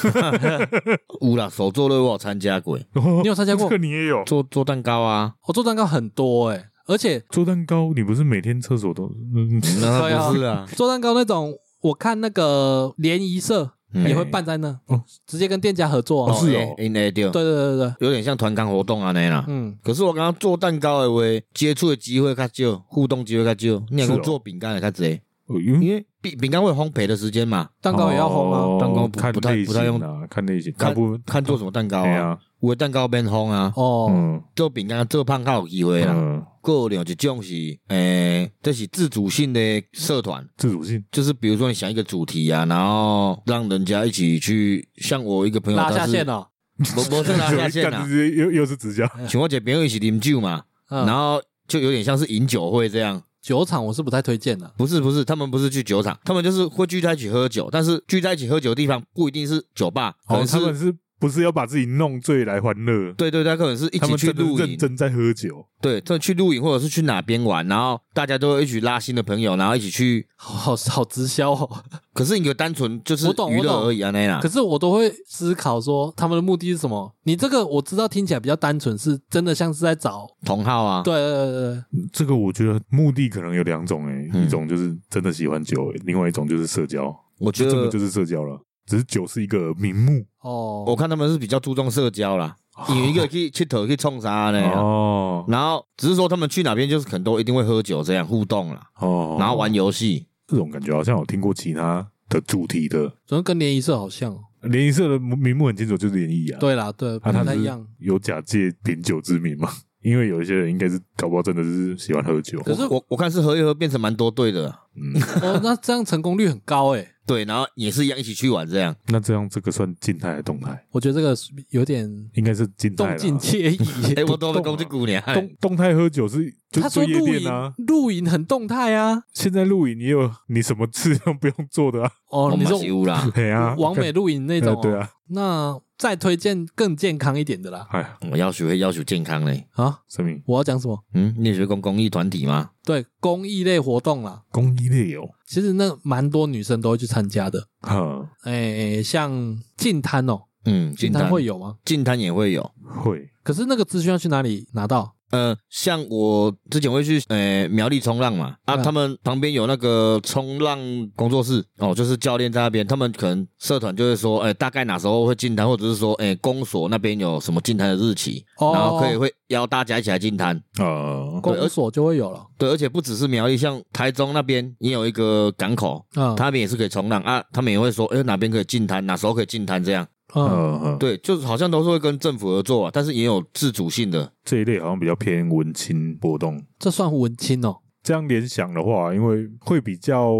[SPEAKER 3] 有啦，手做类我有参加过，
[SPEAKER 1] 你
[SPEAKER 2] 你
[SPEAKER 1] 有参加过
[SPEAKER 2] 这个？你也有
[SPEAKER 3] 做做蛋糕啊，
[SPEAKER 1] 我做蛋糕很多哎，而且
[SPEAKER 2] 做蛋糕，你不是每天厕所都嗯
[SPEAKER 3] 那不是啊，
[SPEAKER 1] 做蛋糕那种，我看那个联谊社
[SPEAKER 3] 嗯
[SPEAKER 1] 也会办在那，
[SPEAKER 2] 哦
[SPEAKER 1] 直接跟店家合作、啊
[SPEAKER 2] 哦是
[SPEAKER 3] 哎应该对
[SPEAKER 1] 对，对对对对，
[SPEAKER 3] 有点像团康活动啊那样啦。
[SPEAKER 1] 嗯，
[SPEAKER 3] 可是我刚刚做蛋糕的话，接触的机会较少，互动机会较少。你
[SPEAKER 2] 是
[SPEAKER 3] 讲
[SPEAKER 2] 哦
[SPEAKER 3] 做饼干也较侪，
[SPEAKER 2] 哦 因为
[SPEAKER 3] 因为饼饼干会有烘焙的时间嘛，
[SPEAKER 1] 蛋糕也要红啊，
[SPEAKER 2] 哦
[SPEAKER 3] 蛋糕不
[SPEAKER 2] 看
[SPEAKER 3] 不太
[SPEAKER 2] 类型
[SPEAKER 3] 不太用
[SPEAKER 2] 啊，看类型，大
[SPEAKER 3] 看
[SPEAKER 2] 部分
[SPEAKER 3] 看做什么蛋糕
[SPEAKER 2] 哎
[SPEAKER 3] 啊。
[SPEAKER 2] 呀，
[SPEAKER 3] 有的蛋糕变烘啊，
[SPEAKER 1] 哦，
[SPEAKER 2] 嗯
[SPEAKER 3] 做饼干做胖较有机会啦。
[SPEAKER 2] 嗯，
[SPEAKER 3] 过有一种是，诶、这是自主性的社团，
[SPEAKER 2] 自主性
[SPEAKER 3] 就是比如说你想一个主题啊，然后让人家一起去，像我一个朋友
[SPEAKER 1] 拉
[SPEAKER 3] 他
[SPEAKER 1] 下
[SPEAKER 3] 是
[SPEAKER 1] 线哦了，
[SPEAKER 3] 不不是拉 下线
[SPEAKER 2] 干
[SPEAKER 3] 啊
[SPEAKER 2] 直，接又又是直销，
[SPEAKER 3] 像我一个朋友一起啉酒嘛，
[SPEAKER 1] 嗯
[SPEAKER 3] 然后就有点像是饮酒会这样。
[SPEAKER 1] 酒厂我是不太推荐的，
[SPEAKER 3] 不是不是，他们不是去酒厂，他们就是会聚在一起喝酒，但是聚在一起喝酒的地方不一定是酒吧，可
[SPEAKER 2] 哦，
[SPEAKER 3] 能是、
[SPEAKER 2] 他们是不是要把自己弄醉来欢乐？
[SPEAKER 3] 对对对，可能是一
[SPEAKER 2] 他
[SPEAKER 3] 起
[SPEAKER 2] 们
[SPEAKER 3] 去
[SPEAKER 2] 真的
[SPEAKER 3] 露
[SPEAKER 2] 认
[SPEAKER 3] 营，
[SPEAKER 2] 真在喝酒，
[SPEAKER 3] 对，他们去露营或者是去哪边玩，然后大家都会一起拉新的朋友，然后一起去。
[SPEAKER 1] 好好好直销哦。
[SPEAKER 3] 可是你就单纯就是
[SPEAKER 1] 我懂
[SPEAKER 3] 娱
[SPEAKER 1] 我懂
[SPEAKER 3] 乐而已啊，那样啦
[SPEAKER 1] 可。是我都会思考说他们的目的是什么。你这个我知道听起来比较单纯，是真的像是在找
[SPEAKER 3] 同好啊，
[SPEAKER 1] 对对对对
[SPEAKER 2] 这个我觉得目的可能有两种诶、
[SPEAKER 3] 嗯
[SPEAKER 2] 一种就是真的喜欢酒、诶另外一种就是社交，
[SPEAKER 3] 我觉
[SPEAKER 2] 就真的
[SPEAKER 3] 得
[SPEAKER 2] 就是社交了，只是酒是一个名目
[SPEAKER 3] 我
[SPEAKER 1] 哦，
[SPEAKER 3] 看他们是比较注重社交啦，有一个去去头去冲啥呢？
[SPEAKER 2] 哦
[SPEAKER 3] 然后只是说他们去哪边就是很多一定会喝酒这样互动啦，
[SPEAKER 2] 哦，
[SPEAKER 3] 然后玩游戏。
[SPEAKER 2] 这种感觉好像有听过其他的主题的
[SPEAKER 1] 怎么跟联谊社好像哦？
[SPEAKER 2] 联谊社的名目很清楚，就是联谊啊，
[SPEAKER 1] 对啦，对，不
[SPEAKER 2] 啊，他
[SPEAKER 1] 太
[SPEAKER 2] 只
[SPEAKER 1] 一
[SPEAKER 2] 是
[SPEAKER 1] 样。
[SPEAKER 2] 有假借品酒之名嘛， 因为有一些人应该是搞不好真的是喜欢喝酒，
[SPEAKER 1] 可是
[SPEAKER 3] 我我看是喝一喝变成蛮多对的啦，
[SPEAKER 2] 嗯，
[SPEAKER 1] 哦，那这样成功率很高欸诶。
[SPEAKER 3] 对，然后也是一样一起去玩这样。
[SPEAKER 2] 那这样这个算静态还是动态？
[SPEAKER 1] 我觉得这个是有点
[SPEAKER 2] 应该是静态
[SPEAKER 1] 动
[SPEAKER 2] 啦
[SPEAKER 1] 静皆宜。
[SPEAKER 3] 哎、我都被
[SPEAKER 2] 动
[SPEAKER 3] 攻
[SPEAKER 2] 啊
[SPEAKER 3] 击姑娘，
[SPEAKER 2] 动动态喝酒是就
[SPEAKER 1] 他说
[SPEAKER 2] 是夜
[SPEAKER 1] 露
[SPEAKER 2] 店
[SPEAKER 1] 营
[SPEAKER 2] 啊，，
[SPEAKER 1] 露营很动态啊。
[SPEAKER 2] 现在露营也有你什么事都不用做的 啊，？
[SPEAKER 1] 哦，你说
[SPEAKER 3] 乌啦
[SPEAKER 2] 对啊，
[SPEAKER 1] 完美露营那
[SPEAKER 2] 那
[SPEAKER 1] 种哦。
[SPEAKER 2] 对啊，
[SPEAKER 1] 那再推荐更健康一点的啦。
[SPEAKER 2] 哎，
[SPEAKER 3] 我要学会要求健康嘞。
[SPEAKER 1] 啊，
[SPEAKER 2] 声明
[SPEAKER 1] 我要讲什么？
[SPEAKER 3] 嗯，你也学公公益团体吗？
[SPEAKER 1] 对，公益类活动啦，
[SPEAKER 2] 公益类哦，
[SPEAKER 1] 其实那蛮多女生都会去参加的。
[SPEAKER 2] 哈，
[SPEAKER 1] 哎，像净滩哦，
[SPEAKER 3] 嗯，
[SPEAKER 1] 净
[SPEAKER 3] 滩
[SPEAKER 1] 滩会，有吗？
[SPEAKER 3] 进滩也会有。
[SPEAKER 2] 会
[SPEAKER 1] 可是那个资讯要去哪里拿到？
[SPEAKER 3] 呃，像我之前会去呃苗栗冲浪嘛，啊，
[SPEAKER 1] 嗯
[SPEAKER 3] 他们旁边有那个冲浪工作室哦，就是教练在那边，他们可能社团就会说，哎、大概哪时候会进滩，或者是说，哎、公所那边有什么进滩的日期，
[SPEAKER 1] 哦
[SPEAKER 3] 然后可以会邀大家一起来进滩。
[SPEAKER 2] 啊，
[SPEAKER 1] 公所就会有了。
[SPEAKER 3] 对，而且不只是苗栗，像台中那边也有一个港口，
[SPEAKER 1] 嗯，
[SPEAKER 3] 他们也是可以冲浪啊，他们也会说，哎、哪边可以进滩，哪时候可以进滩这样。
[SPEAKER 1] 嗯，
[SPEAKER 2] 呃，
[SPEAKER 3] 对，就是好像都是会跟政府合作啊，但是也有自主性的。
[SPEAKER 2] 这一类好像比较偏文青活动。
[SPEAKER 1] 这算文青哦。
[SPEAKER 2] 这样联想的话，因为会比较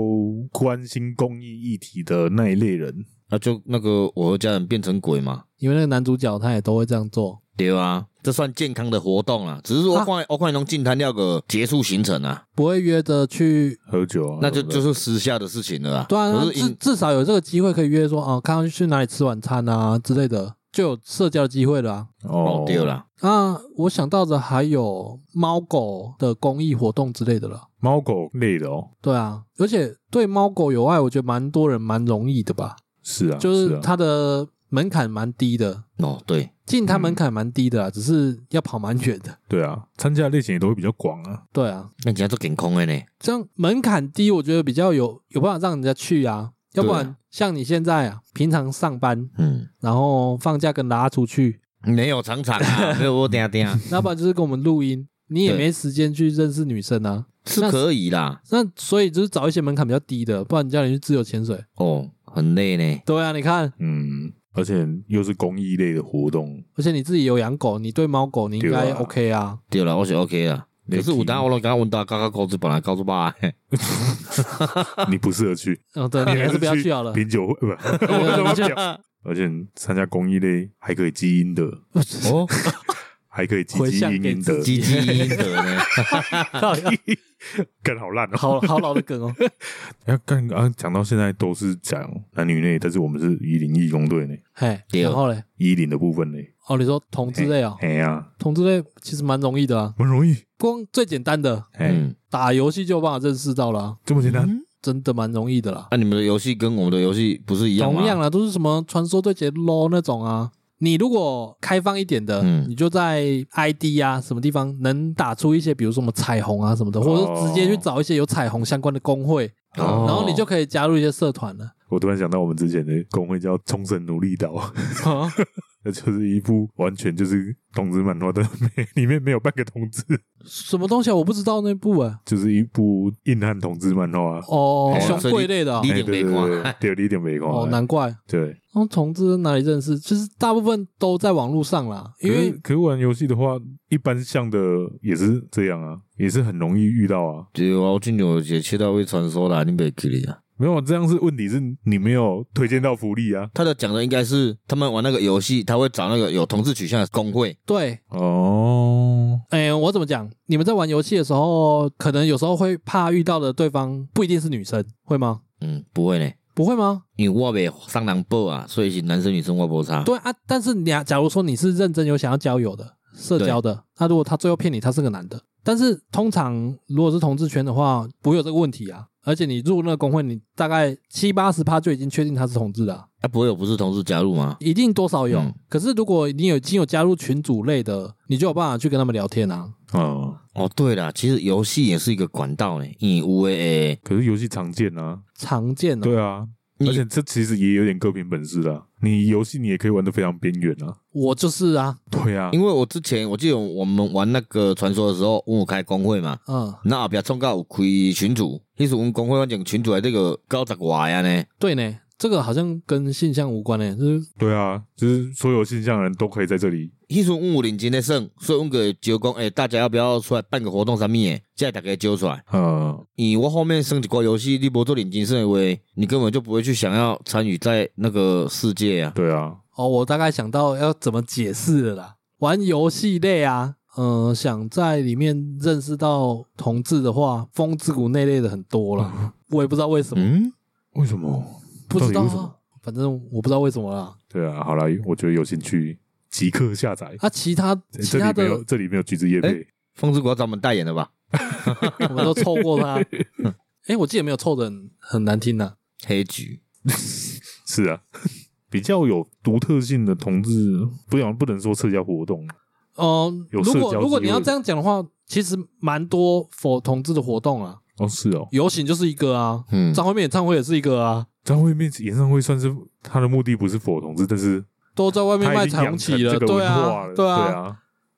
[SPEAKER 2] 关心公益议题的那一类人，
[SPEAKER 3] 那就那个我和家人变成鬼嘛，
[SPEAKER 1] 因为那个男主角他也都会这样做，
[SPEAKER 3] 对啊，这算健康的活动啊，只是说
[SPEAKER 1] 啊
[SPEAKER 3] 换我换弄进摊要个结束行程啊，
[SPEAKER 1] 不会约着去。
[SPEAKER 2] 喝酒啊，
[SPEAKER 3] 那就
[SPEAKER 2] 对不
[SPEAKER 3] 就
[SPEAKER 2] 对
[SPEAKER 3] 是私下的事情了啊。
[SPEAKER 1] 哦对啊，
[SPEAKER 3] 可
[SPEAKER 1] 那
[SPEAKER 3] 是
[SPEAKER 1] 至
[SPEAKER 3] 因
[SPEAKER 1] 至少有这个机会可以约说啊，看要去哪里吃晚餐啊之类的，就有社交的机会了啊。
[SPEAKER 3] 哦对啦，
[SPEAKER 1] 啊，我想到的还有猫狗的公益活动之类的了。
[SPEAKER 2] 猫狗类的哦，
[SPEAKER 1] 对啊，而且对猫狗有爱，我觉得蛮多人蛮容易的吧，
[SPEAKER 2] 是啊，
[SPEAKER 1] 就是
[SPEAKER 2] 啊
[SPEAKER 1] 它的门槛蛮低的，
[SPEAKER 3] 哦对，
[SPEAKER 1] 进它
[SPEAKER 2] 嗯
[SPEAKER 1] 门槛蛮低的啊，只是要跑蛮远的。
[SPEAKER 2] 对啊，参加的类型也都会比较广啊，
[SPEAKER 1] 对啊，
[SPEAKER 3] 那人家做健康的呢，
[SPEAKER 1] 这样门槛低，我觉得比较有有办法让人家去啊，要不
[SPEAKER 3] 对
[SPEAKER 1] 然像你现在啊，平常上班，
[SPEAKER 3] 嗯，
[SPEAKER 1] 然后放假跟拉出去，
[SPEAKER 3] 没有常 常啊，没有我等等
[SPEAKER 1] 要不然就是跟我们录音，你也
[SPEAKER 3] 对
[SPEAKER 1] 没时间去认识女生啊。
[SPEAKER 3] 是
[SPEAKER 1] 那
[SPEAKER 3] 可以啦，
[SPEAKER 1] 那所以就是找一些门槛比较低的，不然你叫你去自由潜水。
[SPEAKER 3] 哦，很累呢，
[SPEAKER 1] 对啊，你看，
[SPEAKER 2] 嗯，而且又是公益类的活动，
[SPEAKER 1] 而且你自己有养狗，你对猫狗你应该
[SPEAKER 2] 对啊
[SPEAKER 1] OK 啊。
[SPEAKER 3] 对了，我是 OK 啦。
[SPEAKER 2] 你
[SPEAKER 3] 可是我
[SPEAKER 2] 提
[SPEAKER 3] 当我都刚刚问到，刚刚工资本来告诉爸，
[SPEAKER 2] 你不适合去，
[SPEAKER 1] 嗯，对，你还是不要去好了。
[SPEAKER 2] 品酒会不？
[SPEAKER 1] 对对对你 就
[SPEAKER 2] 而且参加公益类还可以基因的，
[SPEAKER 3] 哦，
[SPEAKER 2] 还可以积
[SPEAKER 1] 回
[SPEAKER 2] 积
[SPEAKER 1] 向
[SPEAKER 2] 阴
[SPEAKER 1] 给
[SPEAKER 2] 阴
[SPEAKER 1] 自
[SPEAKER 2] 的，
[SPEAKER 3] 积积阴德 呢，
[SPEAKER 2] 干好烂 哦。
[SPEAKER 1] 好好老的梗哦。
[SPEAKER 2] 要干啊！讲到现在都是讲男女内，但是我们是一零义工队呢，
[SPEAKER 1] 嘿，
[SPEAKER 3] 对
[SPEAKER 1] 然后嘞，
[SPEAKER 2] 一零的部分呢，
[SPEAKER 1] 哦，你说同志类哦，
[SPEAKER 2] 哎呀，
[SPEAKER 1] 同志类其实蛮容易的啊，
[SPEAKER 2] 蛮容易，
[SPEAKER 1] 光最简单的
[SPEAKER 2] 哎，
[SPEAKER 3] 嗯，
[SPEAKER 1] 打游戏就有办法认识到了啊，
[SPEAKER 2] 这么简单，
[SPEAKER 1] 真的蛮容易的啦。
[SPEAKER 3] 那、啊你们的游戏跟我们的游戏不是一样吗？啊
[SPEAKER 1] 同样啦，都是什么传说对决 LO 那种啊。你如果开放一点的，
[SPEAKER 3] 嗯
[SPEAKER 1] 你就在 ID 啊什么地方能打出一些，比如说什么彩虹啊什么的，或者是直接去找一些有彩虹相关的工会，
[SPEAKER 3] 哦
[SPEAKER 1] 然后你就可以加入一些社团了。啊哦
[SPEAKER 2] 我突然想到，我们之前的工会叫冲绳奴隶岛， 那就是一部完全就是同志漫画，但没 里面没有半个同志，
[SPEAKER 1] 什么东西啊？我不知道那部哎、
[SPEAKER 2] 就是一部硬汉同志漫画。
[SPEAKER 1] 哦
[SPEAKER 3] 哎，呀
[SPEAKER 1] 熊
[SPEAKER 3] 所以
[SPEAKER 1] 贵类的啊
[SPEAKER 3] 你
[SPEAKER 2] 哎
[SPEAKER 3] 一定没
[SPEAKER 2] 对对
[SPEAKER 3] 看
[SPEAKER 2] 对对对，你一定没看。
[SPEAKER 1] 哦，难怪。
[SPEAKER 2] 对，
[SPEAKER 1] 哦，同志哪里认识？就是大部分都在网络上啦，因
[SPEAKER 2] 可是
[SPEAKER 1] 为
[SPEAKER 2] 可是玩游戏的话，一般像的也是这样啊，也是很容易遇到啊。
[SPEAKER 3] 对啊，我今年有一个切到位传说啦，你没去哩啊？
[SPEAKER 2] 没有，这样是问题是你没有推荐到福利啊。
[SPEAKER 3] 他的讲的应该是他们玩那个游戏，他会找那个有同志取向的工会，
[SPEAKER 1] 对，
[SPEAKER 2] 哦，
[SPEAKER 1] 哎，我怎么讲？你们在玩游戏的时候，可能有时候会怕遇到的对方不一定是女生，会吗？
[SPEAKER 3] 嗯，不会呢，
[SPEAKER 1] 不会吗？
[SPEAKER 3] 因为我没上人报啊，所以是男生女生我无 差。
[SPEAKER 1] 对啊，但是你啊，假如说你是认真有想要交友的、社交的，那如果他最后骗你，他是个男的，但是通常如果是同志圈的话，不会有这个问题啊。而且你入那个工会，你大概七八十趴就已经确定他是同志了啊、
[SPEAKER 3] 啊，不会有不是同事加入吗？
[SPEAKER 1] 一定多少有。
[SPEAKER 3] 嗯
[SPEAKER 1] 可是如果你有已经有加入群组类的，你就有办法去跟他们聊天啊。
[SPEAKER 2] 哦，
[SPEAKER 3] 哦，对啦，其实游戏也是一个管道呢，因为有诶，
[SPEAKER 2] 可是游戏常见啊，
[SPEAKER 1] 常见的、
[SPEAKER 2] 对啊，
[SPEAKER 3] 你
[SPEAKER 2] 而且这其实也有点各凭本事啦。你游戏你也可以玩的非常边缘啊，
[SPEAKER 1] 我就是啊，
[SPEAKER 2] 对啊，
[SPEAKER 3] 因为我之前我记得我们玩那个传说的时候，问我开工会嘛，
[SPEAKER 1] 嗯，
[SPEAKER 3] 那后壁创到有开群主，迄时阮工会反正群主来这个九十外啊呢，
[SPEAKER 1] 对呢，这个好像跟性向无关呢、就是
[SPEAKER 2] 对啊，就是所有现象的人都可以在这里。
[SPEAKER 3] 迄时阮有认真咧耍，所以阮个招讲，诶、欸大家要不要出来办个活动啥物诶，才大家招出来。
[SPEAKER 2] 呃，
[SPEAKER 3] 以我后面升级过游戏，你不做领金圣为，你根本就不会去想要参与在那个世界啊。
[SPEAKER 2] 对啊，
[SPEAKER 1] 哦，我大概想到要怎么解释了啦。玩游戏类啊，嗯、想在里面认识到同志的话，风之谷那类的很多了，我也不知道为什么，
[SPEAKER 3] 嗯，
[SPEAKER 2] 为什么？
[SPEAKER 1] 不知道、
[SPEAKER 2] 到底为什
[SPEAKER 1] 啊
[SPEAKER 2] 么，
[SPEAKER 1] 反正我不知道为什么啦。
[SPEAKER 2] 对啊，好啦，我觉得有兴趣即刻下载。
[SPEAKER 1] 啊，其他
[SPEAKER 2] 这
[SPEAKER 1] 其他
[SPEAKER 2] 这
[SPEAKER 1] 的
[SPEAKER 2] 里没有，这里没有橘子叶配，
[SPEAKER 3] 风之国找我们代言的吧？
[SPEAKER 1] 我们都凑过 他。
[SPEAKER 2] 嗯
[SPEAKER 1] 哎、我记得没有凑的很很难听呐、
[SPEAKER 3] 黑局
[SPEAKER 2] 是啊， 比较有独特性的同志，不然不能说社交活动。
[SPEAKER 1] 哦、
[SPEAKER 2] 有
[SPEAKER 1] 如
[SPEAKER 2] 社
[SPEAKER 1] 果
[SPEAKER 2] 交
[SPEAKER 1] 如果
[SPEAKER 2] 机
[SPEAKER 1] 你要
[SPEAKER 2] 会
[SPEAKER 1] 这样讲的话，其实蛮多否同志的活动啊，
[SPEAKER 2] 哦，是哦，
[SPEAKER 1] 游行就是一个啊，
[SPEAKER 3] 嗯
[SPEAKER 1] 张惠妹演唱会也是一个啊，
[SPEAKER 2] 张惠妹演唱会算是他的目的不是否同志，但是
[SPEAKER 1] 都在外面
[SPEAKER 2] 他
[SPEAKER 1] 卖
[SPEAKER 2] 已经
[SPEAKER 1] 彩
[SPEAKER 2] 养
[SPEAKER 1] 虹
[SPEAKER 2] 成
[SPEAKER 1] 旗
[SPEAKER 2] 这个
[SPEAKER 1] 对
[SPEAKER 2] 文
[SPEAKER 1] 啊
[SPEAKER 2] 化了，，
[SPEAKER 1] 对
[SPEAKER 2] 啊，
[SPEAKER 1] 啊，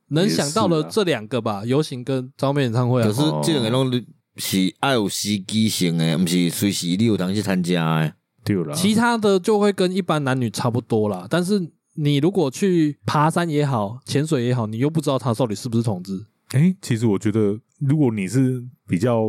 [SPEAKER 1] 能
[SPEAKER 2] 也
[SPEAKER 1] 想
[SPEAKER 2] 是
[SPEAKER 1] 到的
[SPEAKER 2] 啊
[SPEAKER 1] 这两个吧，游行跟张惠妹演唱会啊
[SPEAKER 3] 可，是这两个拢是爱有时机性的，不是随时你有当去参加的。
[SPEAKER 2] 对啦，
[SPEAKER 1] 其他的就会跟一般男女差不多啦，但是。你如果去爬山也好，潜水也好，你又不知道他到底是不是同志，
[SPEAKER 2] 哎、其实我觉得，如果你是比较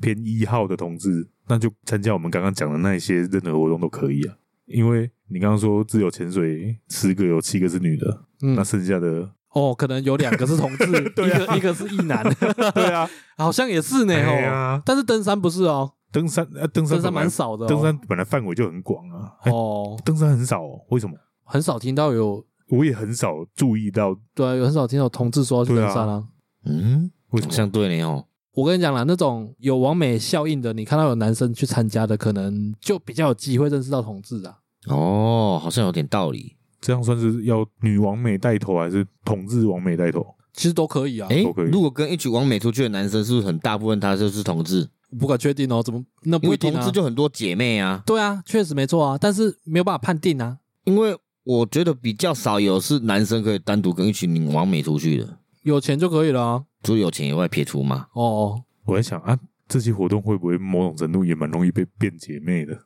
[SPEAKER 2] 偏一号的同志，那就参加我们刚刚讲的那一些任何活动都可以啊。因为你刚刚说只有潜水十个有七个是女的，
[SPEAKER 1] 嗯
[SPEAKER 2] 那，剩下 的
[SPEAKER 1] 哦，可能有两个是同志，
[SPEAKER 2] 对啊
[SPEAKER 1] 一个一个是异 男，
[SPEAKER 2] 对啊，
[SPEAKER 1] 好像也是呢
[SPEAKER 2] 哎
[SPEAKER 1] 哦。
[SPEAKER 2] 呀，
[SPEAKER 1] 但是登山不是哦，
[SPEAKER 2] 登山啊，登山
[SPEAKER 1] 登山
[SPEAKER 2] 本来
[SPEAKER 1] 蛮少的哦，
[SPEAKER 2] 登山本来范围就很广啊，哎
[SPEAKER 1] 哦，
[SPEAKER 2] 登山很少、哦，为什么？
[SPEAKER 1] 很少听到有
[SPEAKER 2] 我也很少注意到
[SPEAKER 1] 对啊，有很少听到同志说要去登山啊。
[SPEAKER 3] 嗯，
[SPEAKER 2] 为什么。
[SPEAKER 3] 相对呢哦，
[SPEAKER 1] 我跟你讲啦，那种有完美效应的，你看到有男生去参加的，可能就比较有机会认识到同志啊。
[SPEAKER 3] 哦，好像有点道理。
[SPEAKER 2] 这样算是要女王美带头还是同志王美带头？
[SPEAKER 1] 其实都可以啊，
[SPEAKER 3] 诶
[SPEAKER 2] 都可以
[SPEAKER 3] 如果跟一群完美出去的男生，是不是很大部分他就是同志？
[SPEAKER 1] 我不敢确定哦，怎么那
[SPEAKER 3] 因
[SPEAKER 1] 不
[SPEAKER 3] 为
[SPEAKER 1] 一定
[SPEAKER 3] 同
[SPEAKER 1] 啊
[SPEAKER 3] 志。就很多姐妹啊。
[SPEAKER 1] 对啊，确实没错啊，但是没有办法判定啊。
[SPEAKER 3] 因为我觉得比较少有是男生可以单独跟一群完美出去的，
[SPEAKER 1] 有钱就可以了啊。
[SPEAKER 3] 除了有钱以外撇除嘛。
[SPEAKER 1] 哦哦，
[SPEAKER 2] 我在想啊，这些活动会不会某种程度也蛮容易被变姐妹的？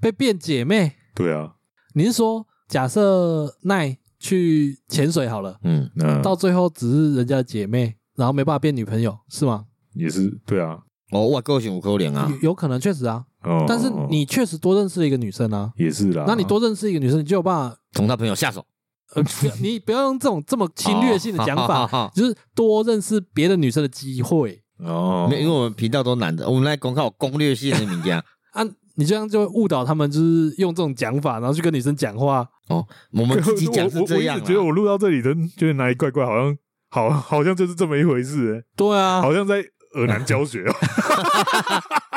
[SPEAKER 1] 被变姐妹，
[SPEAKER 2] 对啊，
[SPEAKER 1] 你是说假设奈去潜水好了，
[SPEAKER 3] 嗯，
[SPEAKER 2] 那
[SPEAKER 1] 到最后只是人家的姐妹，然后没办法变女朋友，是吗？
[SPEAKER 2] 也是对啊，
[SPEAKER 3] 哦，我个性有可能啊
[SPEAKER 1] 有，有可能确实啊，
[SPEAKER 2] 哦，
[SPEAKER 1] 但是你确实多认识了一个女生啊，
[SPEAKER 2] 也是啦，
[SPEAKER 1] 那你多认识一个女生，你就有办法。
[SPEAKER 3] 从他朋友下手，
[SPEAKER 1] 呃，不要你不要用这种这么侵略性的讲
[SPEAKER 3] 哦好好好
[SPEAKER 1] 法
[SPEAKER 3] 好，
[SPEAKER 1] 就是多认识别的女生的机会
[SPEAKER 2] 哦，
[SPEAKER 3] 没有因为我们频道都男的，我们来公开有攻略性的物件。
[SPEAKER 1] 啊！你这样就会误导他们，就是用这种讲法，然后去跟女生讲话。
[SPEAKER 3] 哦，我们自己讲是
[SPEAKER 2] 我我
[SPEAKER 3] 这样啊
[SPEAKER 2] 我一
[SPEAKER 3] 啦
[SPEAKER 2] 直觉得我录到这里的，觉得哪里怪怪，好像好好像就是这么一回事、欸
[SPEAKER 1] 对啊，
[SPEAKER 2] 好像在耳南教 学哦、